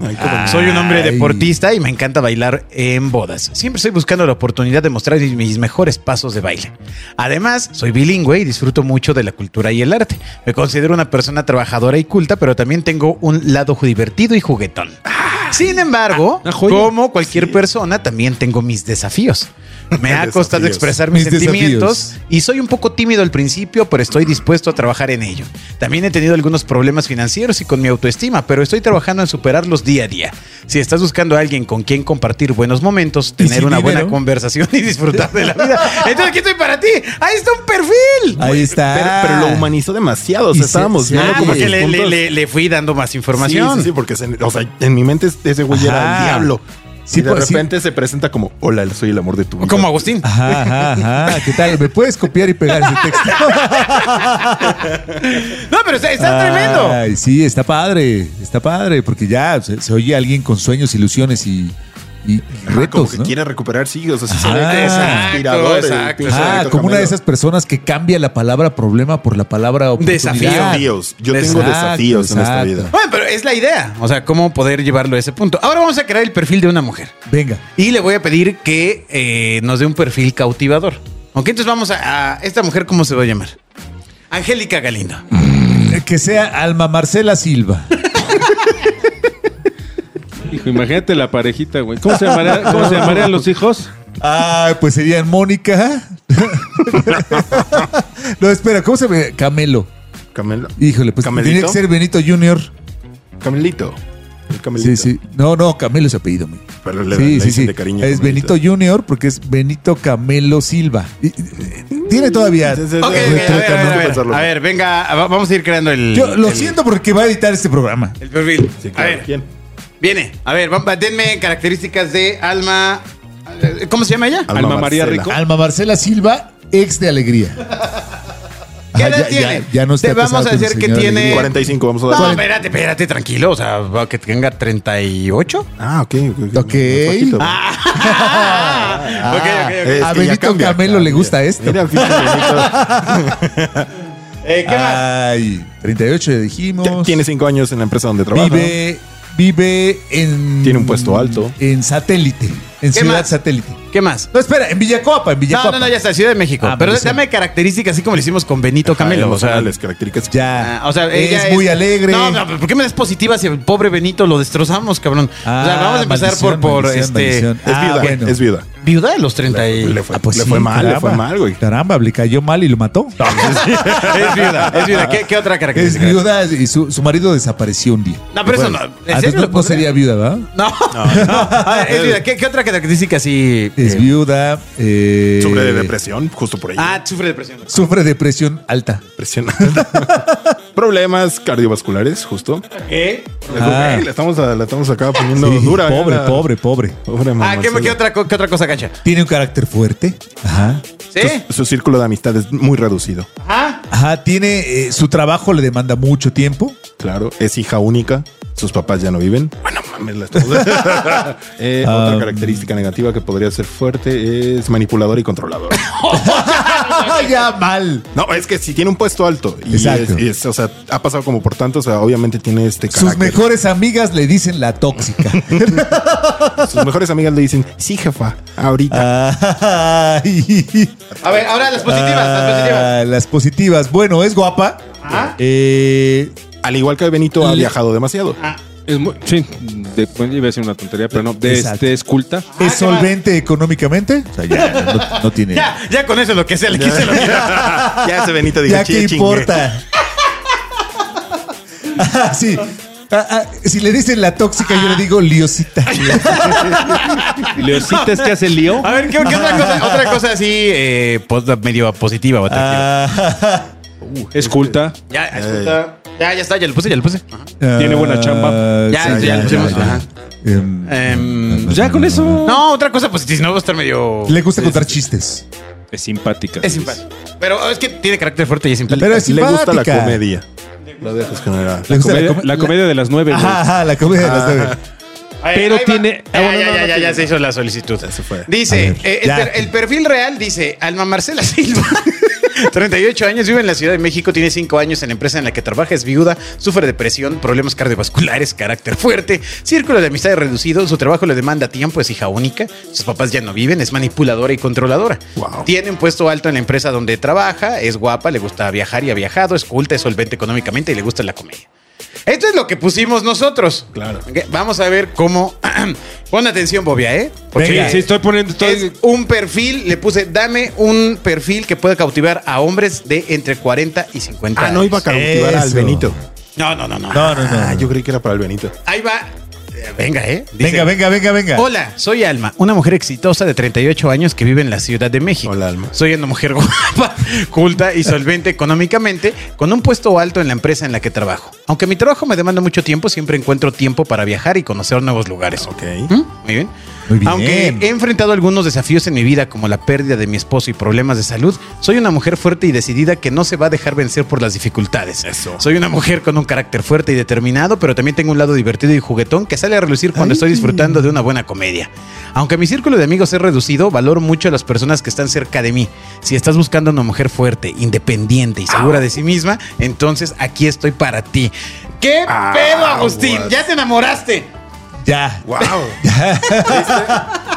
[SPEAKER 2] Soy un hombre
[SPEAKER 4] Ay.
[SPEAKER 2] deportista y me encanta bailar en bodas. Siempre estoy buscando la oportunidad de mostrar mis- mis mejores pasos de baile. Además, soy bilingüe y disfruto mucho de la cultura y el arte. Me considero una persona trabajadora y culta, pero también tengo un lado divertido y juguetón. Sin embargo,
[SPEAKER 3] una joya.
[SPEAKER 2] como cualquier persona, también tengo mis desafíos. Me ha costado
[SPEAKER 5] Desafíos.
[SPEAKER 2] expresar mis,
[SPEAKER 4] Mis
[SPEAKER 2] sentimientos
[SPEAKER 4] desafíos.
[SPEAKER 2] y soy un poco tímido al principio, pero estoy dispuesto a trabajar en ello. También he tenido algunos problemas financieros y con mi autoestima, pero estoy trabajando en superarlos día a día. Si estás buscando a alguien con quien compartir buenos momentos,
[SPEAKER 4] Y
[SPEAKER 2] tener
[SPEAKER 4] sin
[SPEAKER 2] una buena
[SPEAKER 4] dinero.
[SPEAKER 2] conversación y disfrutar de la vida, entonces aquí estoy para ti. Ahí está un perfil.
[SPEAKER 4] Ahí está.
[SPEAKER 5] Pero, pero lo humanizó demasiado. O
[SPEAKER 4] Y
[SPEAKER 5] sea,
[SPEAKER 4] se-
[SPEAKER 5] estábamos
[SPEAKER 4] se-
[SPEAKER 5] viendo
[SPEAKER 2] Ah,
[SPEAKER 4] no,
[SPEAKER 5] como
[SPEAKER 2] porque
[SPEAKER 5] sus
[SPEAKER 2] le, le-
[SPEAKER 5] puntos.
[SPEAKER 2] le- le fui dando más
[SPEAKER 5] Sí,
[SPEAKER 2] información.
[SPEAKER 5] sí, sí, porque se- o sea, en mi mente ese güey era
[SPEAKER 4] Ajá.
[SPEAKER 5] el diablo.
[SPEAKER 4] Sí,
[SPEAKER 5] y de
[SPEAKER 4] pues, sí.
[SPEAKER 5] repente se presenta como, hola, soy el amor de tu vida.
[SPEAKER 2] Como Agustín.
[SPEAKER 4] Ajá, ajá, ajá. ¿Qué tal? ¿Me puedes copiar y pegar ese texto?
[SPEAKER 2] No, pero está, está tremendo.
[SPEAKER 4] Ay, sí, está padre, está padre, porque ya se, se oye alguien con sueños, ilusiones y, y
[SPEAKER 5] Ajá, Ah, como
[SPEAKER 4] retos,
[SPEAKER 5] que
[SPEAKER 4] ¿no?
[SPEAKER 5] quiere recuperar, sí, o sea, sí se
[SPEAKER 4] Ajá.
[SPEAKER 5] ve que es
[SPEAKER 2] Exacto,
[SPEAKER 5] inspirador. el
[SPEAKER 2] exacto.
[SPEAKER 5] pinche
[SPEAKER 4] Ah,
[SPEAKER 5] Benito
[SPEAKER 4] como una
[SPEAKER 5] Camelo.
[SPEAKER 4] de esas personas que cambia la palabra problema por la palabra oportunidad.
[SPEAKER 2] Desafío.
[SPEAKER 5] Desafíos. Yo tengo
[SPEAKER 4] Exacto,
[SPEAKER 5] desafíos en esta
[SPEAKER 4] exacto.
[SPEAKER 5] vida.
[SPEAKER 2] Bueno, pero es la idea. O sea, cómo poder llevarlo a ese punto. Ahora vamos a crear el perfil de una mujer.
[SPEAKER 4] Venga.
[SPEAKER 2] Y le voy a pedir que eh, nos dé un perfil cautivador. Ok, entonces vamos a, a- esta mujer, ¿cómo se va a llamar? Angélica Galindo.
[SPEAKER 4] eh, Que sea Alma Marcela Silva.
[SPEAKER 3] Hijo, imagínate la parejita, güey. ¿Cómo se, llamaría- cómo se llamarían los hijos?
[SPEAKER 4] Ah, pues serían Mónica. no, espera, ¿cómo se ve? Camelo.
[SPEAKER 5] Camelo.
[SPEAKER 4] Híjole, pues
[SPEAKER 5] ¿Camelito?
[SPEAKER 4] tiene que ser Benito Junior.
[SPEAKER 5] Camelito. El camelito.
[SPEAKER 4] Sí, sí. No, no, Camelo es apellido. mi.
[SPEAKER 5] Pero le-
[SPEAKER 4] sí,
[SPEAKER 5] le
[SPEAKER 4] sí,
[SPEAKER 5] dicen
[SPEAKER 4] sí.
[SPEAKER 5] de cariño
[SPEAKER 4] es
[SPEAKER 5] Camelito.
[SPEAKER 4] Benito Junior porque es Benito Camelo Silva. Y- y- Tiene todavía.
[SPEAKER 5] Sí, sí, sí.
[SPEAKER 2] Ok, ok, a ver, a ver, a ver, a ver,
[SPEAKER 5] Pensarlo.
[SPEAKER 2] a ver, venga, va- vamos a ir creando el.
[SPEAKER 4] Yo lo
[SPEAKER 2] el-
[SPEAKER 4] siento porque va a editar este programa.
[SPEAKER 2] El perfil.
[SPEAKER 5] Sí,
[SPEAKER 2] a
[SPEAKER 5] claro.
[SPEAKER 2] ver,
[SPEAKER 5] ¿Quién?
[SPEAKER 2] viene. A ver, va- va- denme características de Alma. eh, ¿Cómo se llama ella?
[SPEAKER 5] Alma
[SPEAKER 3] Alma María
[SPEAKER 5] Marcela.
[SPEAKER 3] Rico.
[SPEAKER 4] Alma Marcela Silva, ex de Alegría.
[SPEAKER 2] ¿Qué
[SPEAKER 4] Ah,
[SPEAKER 2] edad
[SPEAKER 4] ya-
[SPEAKER 2] tiene?
[SPEAKER 4] ya- ya no está
[SPEAKER 2] Te vamos
[SPEAKER 4] casada
[SPEAKER 2] a
[SPEAKER 4] con
[SPEAKER 2] decir
[SPEAKER 4] el
[SPEAKER 2] que
[SPEAKER 4] señor
[SPEAKER 2] tiene.
[SPEAKER 4] Alegría.
[SPEAKER 5] 45, vamos a
[SPEAKER 2] No,
[SPEAKER 5] dar.
[SPEAKER 2] espérate, espérate, tranquilo. O sea, va- que tenga 38.
[SPEAKER 5] Ah, ok. Ok.
[SPEAKER 4] Ok.
[SPEAKER 5] Ah,
[SPEAKER 2] Ah, ok, ok, ok.
[SPEAKER 4] a Benito Camelo le gusta esto.
[SPEAKER 5] Mira, fíjate, Benito.
[SPEAKER 2] Eh,
[SPEAKER 4] ah.
[SPEAKER 2] ¿Qué más?
[SPEAKER 4] Ay, 38 ya
[SPEAKER 5] Ya
[SPEAKER 4] dijimos.
[SPEAKER 5] Tiene cinco años en la empresa donde trabaja.
[SPEAKER 4] Vive, vive en.
[SPEAKER 5] Tiene un puesto alto.
[SPEAKER 4] En satélite. En ciudad
[SPEAKER 2] más?
[SPEAKER 4] satélite.
[SPEAKER 2] ¿Qué más?
[SPEAKER 4] No, espera, en Villacopa, en
[SPEAKER 2] No,
[SPEAKER 4] Villacoapa.
[SPEAKER 2] no, no, ya está, Ciudad de México.
[SPEAKER 4] Ah,
[SPEAKER 2] pero
[SPEAKER 4] buenísimo.
[SPEAKER 2] dame características así como lo hicimos con
[SPEAKER 5] Ah,
[SPEAKER 2] Benito Camelo. O sea,
[SPEAKER 5] les características.
[SPEAKER 4] Ya.
[SPEAKER 2] Ah, o sea, ella
[SPEAKER 4] es muy alegre.
[SPEAKER 2] No, no, ¿por qué me das positiva si el pobre Benito lo destrozamos, cabrón? o sea,
[SPEAKER 4] Ah,
[SPEAKER 2] vamos a empezar por,
[SPEAKER 4] maldición,
[SPEAKER 2] por
[SPEAKER 4] maldición,
[SPEAKER 2] este.
[SPEAKER 4] maldición.
[SPEAKER 5] Es
[SPEAKER 4] Ah,
[SPEAKER 5] viuda.
[SPEAKER 4] bueno.
[SPEAKER 5] Es viuda.
[SPEAKER 2] Viuda de los 30 y...
[SPEAKER 5] Le fue,
[SPEAKER 4] Ah, pues
[SPEAKER 5] le
[SPEAKER 4] sí,
[SPEAKER 5] fue mal, le fue
[SPEAKER 4] caramba.
[SPEAKER 5] mal, güey.
[SPEAKER 4] Caramba, le cayó mal y lo mató.
[SPEAKER 5] pues
[SPEAKER 2] Es viuda, es viuda. ¿Qué, qué otra
[SPEAKER 4] es
[SPEAKER 2] característica?
[SPEAKER 4] viuda y su, su marido desapareció un día.
[SPEAKER 2] No, pero eso no.
[SPEAKER 4] Ah,
[SPEAKER 2] ¿En serio?
[SPEAKER 4] no,
[SPEAKER 2] lo
[SPEAKER 4] no
[SPEAKER 2] pondré?
[SPEAKER 4] sería viuda, ¿verdad?
[SPEAKER 2] No, A ver, es viuda. ¿Qué, qué otra característica así?
[SPEAKER 4] Es
[SPEAKER 2] eh,
[SPEAKER 4] viuda. eh,
[SPEAKER 5] Sufre de depresión, justo por ahí.
[SPEAKER 2] Ah, sufre depresión.
[SPEAKER 4] Sufre depresión alta.
[SPEAKER 5] Depresión. Problemas cardiovasculares, justo.
[SPEAKER 2] ¿Eh?
[SPEAKER 4] Ah.
[SPEAKER 5] Le estamos, a- la estamos acá poniendo
[SPEAKER 4] Sí,
[SPEAKER 5] dura.
[SPEAKER 4] pobre,
[SPEAKER 5] la-
[SPEAKER 4] pobre, pobre.
[SPEAKER 5] Pobre
[SPEAKER 2] Ah,
[SPEAKER 5] mamá
[SPEAKER 2] ¿qué, qué
[SPEAKER 5] Marcela.
[SPEAKER 2] otra, co- qué otra cosa cancha?
[SPEAKER 4] Tiene un carácter fuerte. Ajá.
[SPEAKER 2] ¿Sí?
[SPEAKER 5] Su círculo de amistad es muy reducido.
[SPEAKER 2] Ajá.
[SPEAKER 4] Ajá, tiene. eh, su trabajo le demanda mucho tiempo.
[SPEAKER 5] Claro, es hija única. Sus papás ya no viven. Bueno, mames, la estamos- Eh,
[SPEAKER 4] Ah.
[SPEAKER 5] Otra característica negativa que podría ser fuerte es manipulador y controlador.
[SPEAKER 4] ya mal.
[SPEAKER 5] No, es que si tiene un puesto alto. Y
[SPEAKER 4] Exacto.
[SPEAKER 5] Es, y es- o sea, ha pasado como por tanto. O sea, obviamente tiene este carácter.
[SPEAKER 4] Sus mejores amigas le dicen la tóxica.
[SPEAKER 5] Sus mejores amigas le dicen, sí, jefa, ahorita.
[SPEAKER 4] Ay.
[SPEAKER 2] A ver, ahora las positivas, las positivas. Ah.
[SPEAKER 4] Ah, las positivas. Bueno, es guapa.
[SPEAKER 2] Ajá.
[SPEAKER 4] Eh,
[SPEAKER 5] Al igual que Benito, ha
[SPEAKER 4] Le-
[SPEAKER 5] viajado demasiado.
[SPEAKER 4] Ah.
[SPEAKER 3] Es muy, sí, de, bueno, iba a decir una tontería, pero no. De
[SPEAKER 4] Exacto.
[SPEAKER 3] este, es culta.
[SPEAKER 2] Ah, ¿qué
[SPEAKER 4] es solvente económicamente. O sea, ya no, no tiene.
[SPEAKER 2] Ya, ya con eso lo que sea, le quise lo que
[SPEAKER 5] ya ese Benito dijo,
[SPEAKER 4] ya qué
[SPEAKER 5] "Chin, chingue".
[SPEAKER 4] importa. Ah, sí. Ah, ah, si le dicen la tóxica, yo le digo liosita.
[SPEAKER 3] Leocita es que hace lío.
[SPEAKER 2] A ver, ¿qué, qué otra, cosa, otra cosa así eh, pos- medio positiva o atractiva?
[SPEAKER 4] Ah,
[SPEAKER 3] Es culta.
[SPEAKER 2] ya, escucha. ya, ya está, ya lo puse, ya lo puse. Ajá.
[SPEAKER 3] Tiene buena chamba.
[SPEAKER 4] ah,
[SPEAKER 2] Ya, ya,
[SPEAKER 4] sí,
[SPEAKER 2] ya lo pusimos, ajá.
[SPEAKER 4] Em,
[SPEAKER 2] Em,
[SPEAKER 3] Pues ya con eso.
[SPEAKER 2] no, otra cosa positiva, si no va a estar medio...
[SPEAKER 4] Le gusta contar chistes.
[SPEAKER 3] Es simpática.
[SPEAKER 2] Es simpático. Pero es que tiene carácter fuerte y es simpático.
[SPEAKER 4] Pero es
[SPEAKER 5] Le gusta la
[SPEAKER 4] simpática.
[SPEAKER 5] comedia. Lo dejas generar.
[SPEAKER 4] Le
[SPEAKER 3] La
[SPEAKER 4] gusta
[SPEAKER 3] comedia,
[SPEAKER 4] la com-
[SPEAKER 3] la comedia de las nueve, güey.
[SPEAKER 4] Ajá, ajá, la comedia de las
[SPEAKER 2] Ah.
[SPEAKER 4] nueve.
[SPEAKER 2] A ver,
[SPEAKER 3] Pero
[SPEAKER 2] ahí va.
[SPEAKER 3] tiene-
[SPEAKER 2] Ya,
[SPEAKER 3] Ah, bueno,
[SPEAKER 2] ya,
[SPEAKER 3] no,
[SPEAKER 2] ya,
[SPEAKER 3] no,
[SPEAKER 2] ya,
[SPEAKER 3] sí.
[SPEAKER 2] ya se hizo la solicitud.
[SPEAKER 5] Se fue.
[SPEAKER 4] A
[SPEAKER 2] Dice,
[SPEAKER 4] ver,
[SPEAKER 2] eh,
[SPEAKER 4] ya.
[SPEAKER 2] el, per- el perfil real dice Alma Marcela Silva. 38 años, vive en la Ciudad de México, tiene 5 años en la empresa en la que trabaja, es viuda, sufre depresión, problemas cardiovasculares, carácter fuerte, círculo de amistades reducido, su trabajo le demanda tiempo, es hija única, sus papás ya no viven, es manipuladora y controladora.
[SPEAKER 5] Wow.
[SPEAKER 2] Tiene un puesto alto en la empresa donde trabaja, es guapa, le gusta viajar y ha viajado, es culta, es solvente económicamente y le gusta la comedia. Esto es lo que pusimos nosotros.
[SPEAKER 5] Claro.
[SPEAKER 2] Ok, Vamos a ver cómo. Pon atención, Bobia, ¿eh? Porque
[SPEAKER 4] Venga.
[SPEAKER 3] Sí, estoy poniendo. estoy-
[SPEAKER 2] es un perfil, le puse, dame un perfil que pueda cautivar a hombres de entre 40 y 50
[SPEAKER 5] Ah, no iba a
[SPEAKER 2] años.
[SPEAKER 5] cautivar al
[SPEAKER 4] Eso.
[SPEAKER 5] Benito.
[SPEAKER 2] No, no, no, no.
[SPEAKER 4] No, no, no.
[SPEAKER 5] Ah, yo creí que era para el Benito.
[SPEAKER 2] Ahí va. Eh, Venga, ¿eh? Dice,
[SPEAKER 4] venga, venga, venga, venga.
[SPEAKER 2] Hola, soy Alma, una mujer exitosa de 38 años que vive en la Ciudad de México.
[SPEAKER 5] Hola, Alma.
[SPEAKER 2] Soy una mujer guapa, culta y solvente económicamente, con un puesto alto en la empresa en la que trabajo. Aunque mi trabajo me demanda mucho tiempo, siempre encuentro tiempo para viajar y conocer nuevos lugares.
[SPEAKER 5] Ok.
[SPEAKER 2] ¿Mm? Muy bien.
[SPEAKER 4] Muy bien.
[SPEAKER 2] Aunque he enfrentado algunos desafíos en mi vida, como la pérdida de mi esposo y problemas de salud, soy una mujer fuerte y decidida que no se va a dejar vencer por las dificultades.
[SPEAKER 5] Eso.
[SPEAKER 2] Soy una mujer con un carácter fuerte y determinado, pero también tengo un lado divertido y juguetón que sale a relucir cuando
[SPEAKER 4] Ay.
[SPEAKER 2] estoy disfrutando de una buena comedia. Aunque mi círculo de amigos es reducido, valoro mucho a las personas que están cerca de mí. Si estás buscando una mujer fuerte, independiente y segura de sí misma, entonces aquí estoy para ti. ¿Qué
[SPEAKER 5] Ah,
[SPEAKER 2] pedo, Agustín?
[SPEAKER 5] what?
[SPEAKER 2] Ya te enamoraste.
[SPEAKER 4] Ya.
[SPEAKER 5] ¡Wow!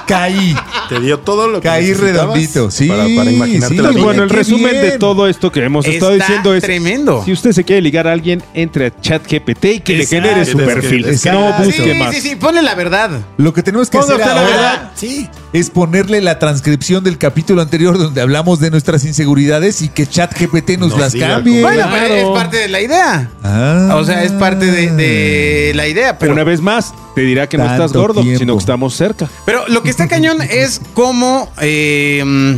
[SPEAKER 4] Caí.
[SPEAKER 5] Te dio todo lo que
[SPEAKER 4] Caí
[SPEAKER 5] necesitabas
[SPEAKER 4] redondito, sí,
[SPEAKER 5] Para, para imaginarte
[SPEAKER 4] sí,
[SPEAKER 5] la
[SPEAKER 3] Y
[SPEAKER 5] vida.
[SPEAKER 4] Mira,
[SPEAKER 3] bueno, el
[SPEAKER 4] qué
[SPEAKER 3] resumen
[SPEAKER 4] bien.
[SPEAKER 3] de todo esto que hemos estado
[SPEAKER 2] Está
[SPEAKER 3] diciendo es.
[SPEAKER 2] tremendo.
[SPEAKER 3] Si usted se quiere ligar a alguien, entre a ChatGPT y que le
[SPEAKER 4] Exacto.
[SPEAKER 3] genere su
[SPEAKER 5] Exacto.
[SPEAKER 3] perfil.
[SPEAKER 4] Exacto.
[SPEAKER 3] No busque
[SPEAKER 2] Sí,
[SPEAKER 3] más.
[SPEAKER 2] sí, sí, ponle la verdad.
[SPEAKER 4] Lo que tenemos que
[SPEAKER 2] Ponga
[SPEAKER 4] hacer
[SPEAKER 2] usted la
[SPEAKER 4] ahora
[SPEAKER 2] verdad.
[SPEAKER 4] sí, es ponerle la transcripción del capítulo anterior donde hablamos de nuestras inseguridades y que ChatGPT nos
[SPEAKER 5] Nos
[SPEAKER 4] las
[SPEAKER 5] diga
[SPEAKER 4] cambie.
[SPEAKER 5] cómo-
[SPEAKER 2] Bueno, pero es parte de la idea.
[SPEAKER 4] Ah.
[SPEAKER 2] O sea, es parte de, de la idea. Pero,
[SPEAKER 3] Una vez más, te dirá que no estás
[SPEAKER 4] Tanto
[SPEAKER 3] gordo,
[SPEAKER 4] tiempo.
[SPEAKER 3] sino que estamos cerca.
[SPEAKER 2] pero lo que está cañón es cómo. eh, mm,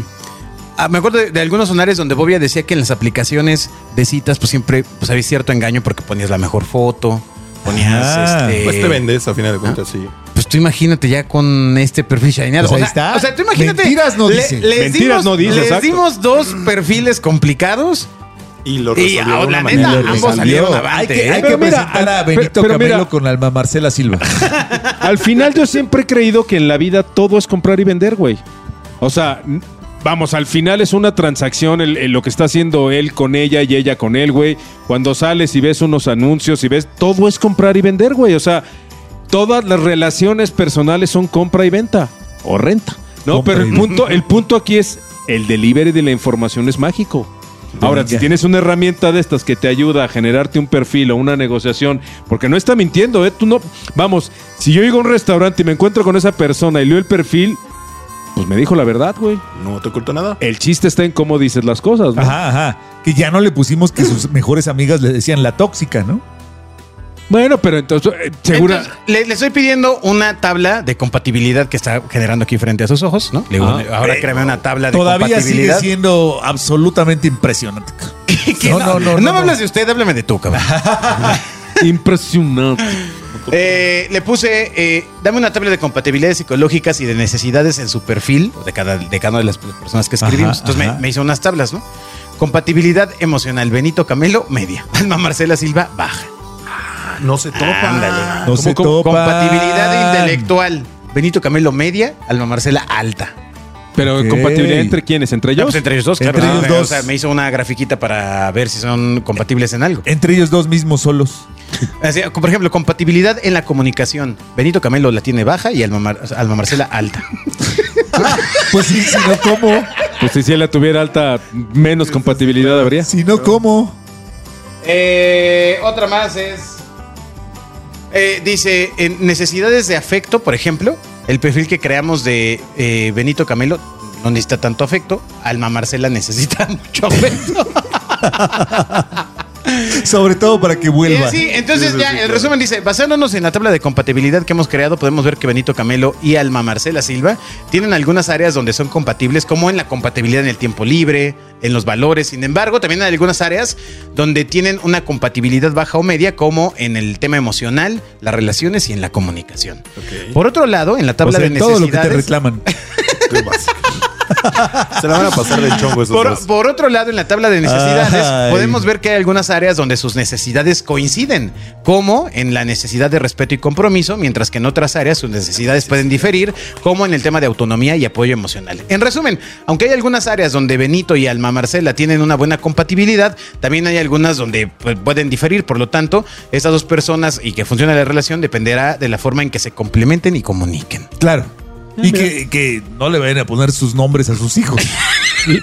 [SPEAKER 2] ah, me acuerdo de, de algunos sonares donde Bobia decía que en las aplicaciones de citas, pues siempre pues, había cierto engaño porque ponías la mejor foto. Ponías
[SPEAKER 4] Ah,
[SPEAKER 2] este.
[SPEAKER 5] Pues te vendes a final de cuentas, sí.
[SPEAKER 2] Pues tú imagínate ya con este perfil shineado.
[SPEAKER 4] Pues ahí
[SPEAKER 2] o, sea,
[SPEAKER 4] está.
[SPEAKER 2] o sea, tú imagínate.
[SPEAKER 4] Mentiras no
[SPEAKER 2] le-
[SPEAKER 4] dice.
[SPEAKER 2] les
[SPEAKER 3] Mentiras
[SPEAKER 2] dimos-
[SPEAKER 3] no dice,
[SPEAKER 2] Les
[SPEAKER 3] exacto.
[SPEAKER 2] dimos dos perfiles complicados.
[SPEAKER 5] Y lo
[SPEAKER 2] Y
[SPEAKER 5] resolvió de
[SPEAKER 2] ahora,
[SPEAKER 5] una
[SPEAKER 2] la
[SPEAKER 5] manera.
[SPEAKER 2] neta, ambos salieron
[SPEAKER 4] Hay
[SPEAKER 2] avante.
[SPEAKER 4] que,
[SPEAKER 2] ¿eh?
[SPEAKER 4] hay
[SPEAKER 3] Pero
[SPEAKER 4] que
[SPEAKER 3] mira,
[SPEAKER 4] presentar a
[SPEAKER 3] al-
[SPEAKER 4] Benito
[SPEAKER 3] pero mira-
[SPEAKER 4] Camelo con Alma Marcela Silva.
[SPEAKER 3] Al final yo siempre he creído que en la vida todo es comprar y vender, güey. O sea, n- vamos, al final es una transacción el- el lo que está haciendo él con ella y ella con él, güey. Cuando sales y ves unos anuncios y ves, todo es comprar y vender, güey. O sea, todas las relaciones personales son compra y venta o renta. No,
[SPEAKER 4] Compra
[SPEAKER 3] pero
[SPEAKER 4] y
[SPEAKER 3] el
[SPEAKER 4] venta.
[SPEAKER 3] punto, el punto aquí es el delivery de la información es mágico. Ahora, si
[SPEAKER 4] Ya.
[SPEAKER 3] tienes una herramienta de estas que te ayuda a generarte un perfil o una negociación, porque no está mintiendo, ¿eh? Tú no. Vamos, si yo llego a un restaurante y me encuentro con esa persona y leo el perfil, pues me dijo la verdad, güey.
[SPEAKER 5] No te oculto nada.
[SPEAKER 3] El chiste está en cómo dices las cosas, ¿no?
[SPEAKER 4] Ajá, ajá. Que ya no le pusimos que sus mejores amigas le decían la tóxica, ¿no?
[SPEAKER 3] Bueno, pero entonces, eh, segura.
[SPEAKER 2] Entonces, le, le estoy pidiendo una tabla de compatibilidad que está generando aquí frente a sus ojos, ¿no? Le digo,
[SPEAKER 3] Ah.
[SPEAKER 2] ahora créame una tabla de
[SPEAKER 4] Todavía sigue
[SPEAKER 2] compatibilidad.
[SPEAKER 4] siendo absolutamente impresionante.
[SPEAKER 2] Que
[SPEAKER 4] No,
[SPEAKER 2] no,
[SPEAKER 4] no, no, no,
[SPEAKER 2] no
[SPEAKER 4] no.
[SPEAKER 2] me hables de usted, háblame de tú, cabrón.
[SPEAKER 3] Impresionante.
[SPEAKER 2] Eh, le puse, eh, dame una tabla de compatibilidades psicológicas y de necesidades en su perfil de cada, de cada una de las personas que escribimos.
[SPEAKER 4] Ajá,
[SPEAKER 2] Entonces me,
[SPEAKER 4] ajá.
[SPEAKER 2] me hizo unas tablas, ¿no? Compatibilidad emocional, Benito Camelo, media. Alma Marcela Silva, baja.
[SPEAKER 5] No se topa.
[SPEAKER 4] No se
[SPEAKER 2] Ah, Com-
[SPEAKER 4] topan.
[SPEAKER 2] Compatibilidad intelectual, Benito Camelo, media. Alma Marcela, alta.
[SPEAKER 3] Pero
[SPEAKER 4] Ok.
[SPEAKER 3] compatibilidad entre quiénes, entre
[SPEAKER 2] Ya,
[SPEAKER 3] ellos.
[SPEAKER 2] pues entre ellos dos,
[SPEAKER 4] Entre
[SPEAKER 2] claro.
[SPEAKER 4] ellos
[SPEAKER 2] Ah,
[SPEAKER 4] dos.
[SPEAKER 2] O sea, me hizo una grafiquita para ver si son compatibles en algo.
[SPEAKER 4] Entre ellos dos mismos solos.
[SPEAKER 2] Así, como, por ejemplo, compatibilidad en la comunicación. Benito Camelo la tiene baja y Alma, Mar- Alma Marcela alta.
[SPEAKER 4] Pues sí, si no, ¿cómo?
[SPEAKER 3] Pues si ella tuviera alta, menos compatibilidad habría.
[SPEAKER 4] Si no, ¿cómo?
[SPEAKER 2] Eh, otra más es. eh, dice, en necesidades de afecto, por ejemplo, el perfil que creamos de eh, Benito Camelo no necesita tanto afecto. Alma Marcela necesita mucho afecto.
[SPEAKER 4] Sobre todo para que
[SPEAKER 2] Y
[SPEAKER 4] vuelva.
[SPEAKER 2] así, entonces ya el resumen dice, basándonos en la tabla de compatibilidad que hemos creado, podemos ver que Benito Camelo y Alma Marcela Silva tienen algunas áreas donde son compatibles, como en la compatibilidad en el tiempo libre, en los valores, sin embargo, también hay algunas áreas donde tienen una compatibilidad baja o media, como en el tema emocional, las relaciones y en la comunicación.
[SPEAKER 5] Ok.
[SPEAKER 2] Por otro lado, en la
[SPEAKER 4] O
[SPEAKER 2] tabla
[SPEAKER 4] sea,
[SPEAKER 2] de
[SPEAKER 4] en todo lo que te
[SPEAKER 2] necesidades...
[SPEAKER 4] reclaman.
[SPEAKER 5] Qué básico. Se la van a pasar de chongo esos
[SPEAKER 2] Por,
[SPEAKER 5] dos.
[SPEAKER 2] por otro lado, en la tabla de necesidades
[SPEAKER 4] Ay.
[SPEAKER 2] podemos ver que hay algunas áreas donde sus necesidades coinciden, como en la necesidad de respeto y compromiso, mientras que en otras áreas sus necesidades pueden diferir, como en el tema de autonomía y apoyo emocional. En resumen, aunque hay algunas áreas donde Benito y Alma Marcela tienen una buena compatibilidad, también hay algunas donde pues, pueden diferir. Por lo tanto, estas dos personas y que funcione la relación dependerá de la forma en que se complementen y comuniquen.
[SPEAKER 4] Claro. Y que, que no le vayan a poner sus nombres a sus hijos.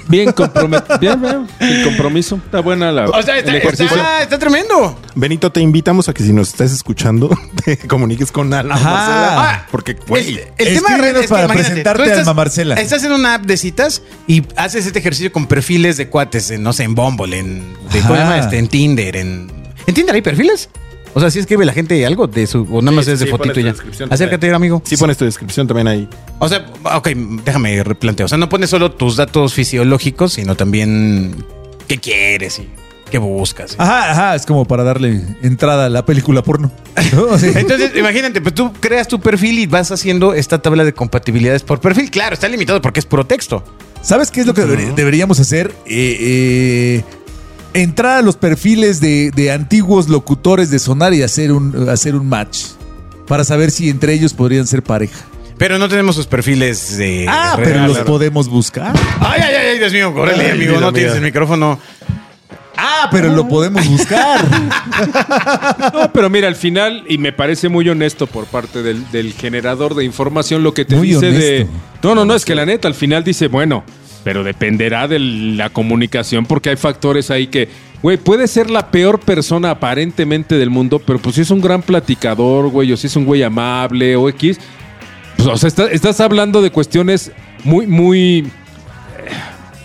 [SPEAKER 3] Bien comprometido. Bien, bien, sin compromiso. Está buena la.
[SPEAKER 2] O sea, está,
[SPEAKER 3] el ejercicio.
[SPEAKER 2] está- está tremendo.
[SPEAKER 5] Benito, te invitamos a que si nos estás escuchando, te comuniques con Alma
[SPEAKER 4] Ajá.
[SPEAKER 5] Marcela. Ah, Porque, güey,
[SPEAKER 4] Escríbenos
[SPEAKER 2] de redes
[SPEAKER 4] para
[SPEAKER 2] imagínate,
[SPEAKER 4] presentarte
[SPEAKER 2] tú
[SPEAKER 4] a Alma Marcela.
[SPEAKER 2] Estás en una app de citas y haces este ejercicio con perfiles de cuates, en, no sé, en Bumble, en, de- ¿cómo se llama
[SPEAKER 4] Ajá.
[SPEAKER 2] este? en Tinder. En, ¿En Tinder hay perfiles? O sea, si escribe la gente algo de su. O nada más
[SPEAKER 5] Sí,
[SPEAKER 2] es de
[SPEAKER 5] sí,
[SPEAKER 2] fotito
[SPEAKER 5] pones
[SPEAKER 2] y
[SPEAKER 5] tu
[SPEAKER 2] ya.
[SPEAKER 5] descripción
[SPEAKER 2] Acércate,
[SPEAKER 5] también.
[SPEAKER 2] amigo.
[SPEAKER 5] si pones tu descripción también ahí.
[SPEAKER 2] O sea, ok, déjame replantear. O sea, no pones solo tus datos fisiológicos, sino también qué quieres y qué buscas. y-
[SPEAKER 4] Ajá, ajá. Es como para darle entrada a la película porno. ¿No? Sí.
[SPEAKER 2] Entonces, imagínate, pues tú creas tu perfil y vas haciendo esta tabla de compatibilidades por perfil. Claro, está limitado porque es puro texto.
[SPEAKER 4] ¿Sabes qué es lo que debería- deberíamos hacer? Eh, eh, entrar a los perfiles de, de antiguos locutores de Sonar y hacer un, hacer un match. Para saber si entre ellos podrían ser pareja.
[SPEAKER 2] Pero no tenemos sus perfiles de.
[SPEAKER 4] Ah,
[SPEAKER 2] de
[SPEAKER 4] pero
[SPEAKER 2] redes.
[SPEAKER 4] los podemos buscar.
[SPEAKER 2] Ay, ay, ay, Dios mío, órale,
[SPEAKER 5] Ay,
[SPEAKER 2] amigo,
[SPEAKER 5] vida
[SPEAKER 2] no
[SPEAKER 5] mía.
[SPEAKER 2] tienes el micrófono.
[SPEAKER 4] Ah, pero lo podemos buscar.
[SPEAKER 3] No, pero mira, al final, y me parece muy honesto por parte del, del generador de información, lo que te
[SPEAKER 4] Muy
[SPEAKER 3] dice de.
[SPEAKER 4] honesto.
[SPEAKER 3] No, no, no, es que la neta, al final dice, bueno, pero dependerá de la comunicación, porque hay factores ahí que. Güey, puede ser la peor persona aparentemente del mundo, pero pues si es un gran platicador, güey, o si es un güey amable, o X. Pues, o sea, está- estás hablando de cuestiones muy, muy eh,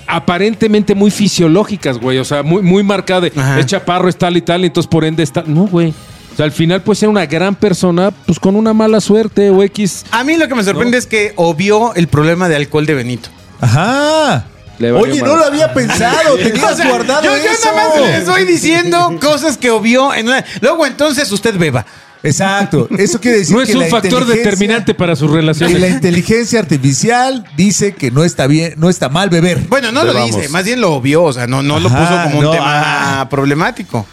[SPEAKER 3] aparentemente muy fisiológicas, güey. O sea, muy, muy marcada de
[SPEAKER 2] Ajá.
[SPEAKER 3] es chaparro, es tal y tal, y entonces por ende está. No, güey. O sea, al final puede ser una gran persona, pues con una mala suerte o X.
[SPEAKER 2] A mí lo que me sorprende es que obvió el problema de alcohol de Benito.
[SPEAKER 4] Ajá.
[SPEAKER 3] Le valió
[SPEAKER 4] Oye, no
[SPEAKER 3] madre.
[SPEAKER 4] lo había pensado. Tenías
[SPEAKER 2] O sea,
[SPEAKER 4] guardado
[SPEAKER 2] yo, yo
[SPEAKER 4] eso.
[SPEAKER 2] nada más le estoy diciendo cosas que obvió. En una- Luego entonces usted beba.
[SPEAKER 4] Exacto. Eso quiere decir
[SPEAKER 3] No es
[SPEAKER 4] que
[SPEAKER 3] un
[SPEAKER 4] la
[SPEAKER 3] factor
[SPEAKER 4] inteligencia-
[SPEAKER 3] determinante para sus
[SPEAKER 4] que la
[SPEAKER 3] relaciones.
[SPEAKER 4] inteligencia artificial dice que no está bien, no está mal beber.
[SPEAKER 2] Bueno, no lo
[SPEAKER 5] Bebamos.
[SPEAKER 2] dice, más bien lo obvió, o sea, no, no lo
[SPEAKER 4] Ajá,
[SPEAKER 2] puso como un
[SPEAKER 4] no,
[SPEAKER 2] tema
[SPEAKER 4] ah.
[SPEAKER 2] problemático.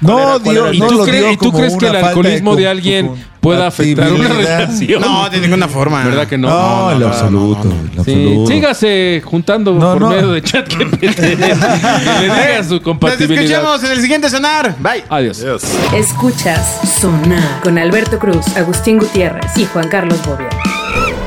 [SPEAKER 4] No,
[SPEAKER 3] ¿Y
[SPEAKER 4] dio, no
[SPEAKER 3] tú,
[SPEAKER 4] lo
[SPEAKER 3] cre-
[SPEAKER 4] dio
[SPEAKER 3] y tú
[SPEAKER 4] como
[SPEAKER 3] crees que el
[SPEAKER 4] una falta
[SPEAKER 3] alcoholismo de,
[SPEAKER 4] com-
[SPEAKER 3] alguien
[SPEAKER 4] com-
[SPEAKER 3] pueda afectar una
[SPEAKER 4] compatibilidad.
[SPEAKER 3] relación?
[SPEAKER 2] No, de ninguna forma.
[SPEAKER 3] ¿Verdad que no?
[SPEAKER 4] No, en lo absoluto, en lo
[SPEAKER 3] Sí,
[SPEAKER 4] absoluto.
[SPEAKER 3] sígase juntando
[SPEAKER 4] No,
[SPEAKER 3] por
[SPEAKER 4] no.
[SPEAKER 3] medio de chat que, le diga su
[SPEAKER 2] Nos
[SPEAKER 3] compatibilidad.
[SPEAKER 2] escuchamos en el siguiente sonar. Bye.
[SPEAKER 3] Adiós.
[SPEAKER 1] Escuchas Sonar con Alberto Cruz, Agustín Gutiérrez y Juan Carlos Bobia.